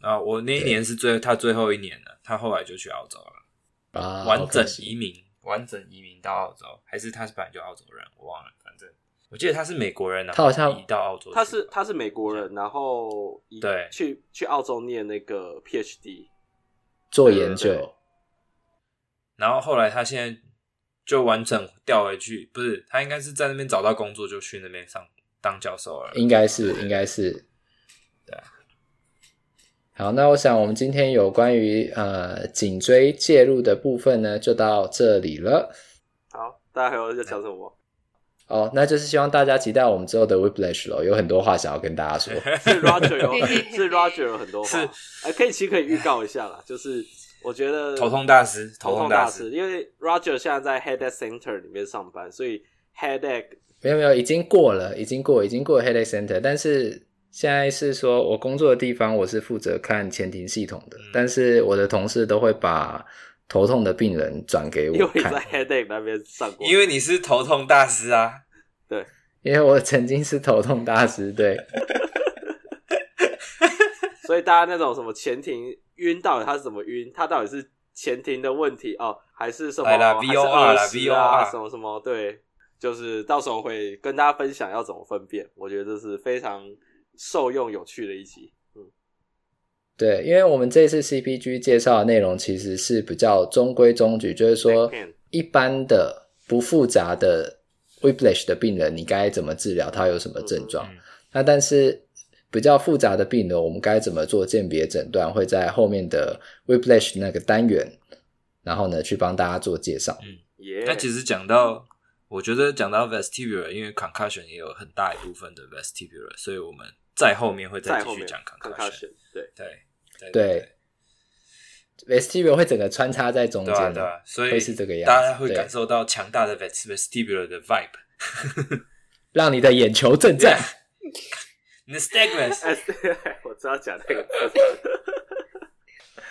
Speaker 2: 然后我那一年是最他最后一年了，他后来就去澳洲了，
Speaker 1: 啊，好
Speaker 2: 完
Speaker 1: 可
Speaker 2: 整
Speaker 1: 惜
Speaker 2: 移民，完整移民到澳洲，还是他是本来就澳洲人，我忘了，反正我记得他是美国人，然
Speaker 1: 他
Speaker 2: 后
Speaker 1: 好像
Speaker 2: 移到澳洲去吧，
Speaker 3: 他是他是美国人，然后一
Speaker 2: 对
Speaker 3: 去去澳洲念那个 PhD，
Speaker 1: 做研
Speaker 3: 对
Speaker 1: 究，
Speaker 2: 然后后来他现在就完整调回去，不是他应该是在那边找到工作，就去那边上当教授了。
Speaker 1: 应该是应该是，
Speaker 2: 对啊。
Speaker 1: 好，那我想我们今天有关于呃颈椎介入的部分呢，就到这里了。
Speaker 3: 好，大家还有要讲什么？
Speaker 1: 哦，那就是希望大家期待我们之后的 Whiplash 咯，有很多话想要跟大家说。 [laughs]
Speaker 3: 是 Roger 有是 Roger 有很多话，哎、可以其实可以预告一下啦，就是我觉得
Speaker 2: 头痛大师，
Speaker 3: 头
Speaker 2: 痛
Speaker 3: 痛
Speaker 2: 大
Speaker 3: 大师，，因为 Roger 现在在 Headache Center 里面上班，所以 Headache
Speaker 1: 没有没有，已经过了，已经过，已经过 Headache Center，但是现在是说我工作的地方我是负责看前庭系统的，但是我的同事都会把头痛的病人转给
Speaker 3: 因
Speaker 1: 我
Speaker 3: 为在
Speaker 1: 看，
Speaker 3: Headache 那边上过，
Speaker 2: 因为你是头痛大师啊，
Speaker 1: 因为我曾经是头痛大师，对，
Speaker 3: 所以大家那种什么前庭晕到底他是怎么晕，他到底是前庭的问题哦，还是什么？
Speaker 2: 来啦
Speaker 3: 还是
Speaker 2: VOR 啦
Speaker 3: 20啊
Speaker 2: VOR
Speaker 3: 什么什么？对，就是到时候会跟大家分享要怎么分辨，我觉得这是非常受用有趣的一集。嗯，
Speaker 1: 对，因为我们这次 CPG 介绍的内容其实是比较中规中矩，就是说
Speaker 3: Neck pain
Speaker 1: 一般的不复杂的 whiplash 的病人，你该怎么治疗，他有什么症状？
Speaker 2: 嗯嗯
Speaker 1: 那但是比较复杂的病人，我们该怎么做鉴别诊断，会在后面的 whiplash 那个单元。然后呢去帮大家做介绍。
Speaker 3: 耶、
Speaker 2: 那其实讲到，我觉得讲到 vestibular，因为 concussion 也有很大一部分的 vestibular，所以我们在后面会再
Speaker 3: 在
Speaker 2: 继
Speaker 3: 后
Speaker 2: 续
Speaker 3: 面
Speaker 2: 讲 concussion。
Speaker 3: concussion，对，
Speaker 2: 对对
Speaker 1: 对 vestibular 会整个穿插在中
Speaker 2: 对
Speaker 1: 间
Speaker 2: 啊
Speaker 1: 的，
Speaker 2: 对啊，所以
Speaker 1: 会是这个样子，
Speaker 2: 大家会
Speaker 1: 对
Speaker 2: 感受到强大的 vest- vestibular 的 vibe。
Speaker 1: 让你的眼球震颤。
Speaker 2: Nystagmus [laughs]
Speaker 3: 哎， [laughs] 我知道讲那个字， [laughs]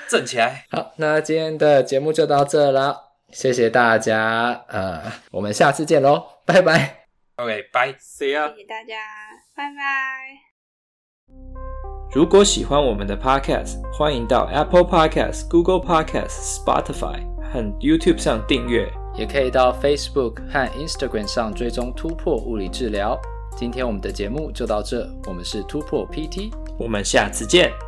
Speaker 2: 站起来，
Speaker 1: 好，那今天的节目就到这了，谢谢大家，呃，我们下次见喽，拜拜。
Speaker 2: OK，拜。
Speaker 3: 谁呀？
Speaker 4: 谢谢大家，拜拜。
Speaker 5: 如果喜欢我们的 Podcast，欢迎到 Apple Podcast、Google Podcast、Spotify 和 YouTube 上订阅。
Speaker 1: 也可以到 Facebook 和 Instagram 上追踪突破物理治疗。今天我们的节目就到这，我们是突破 PT，
Speaker 5: 我们下次见。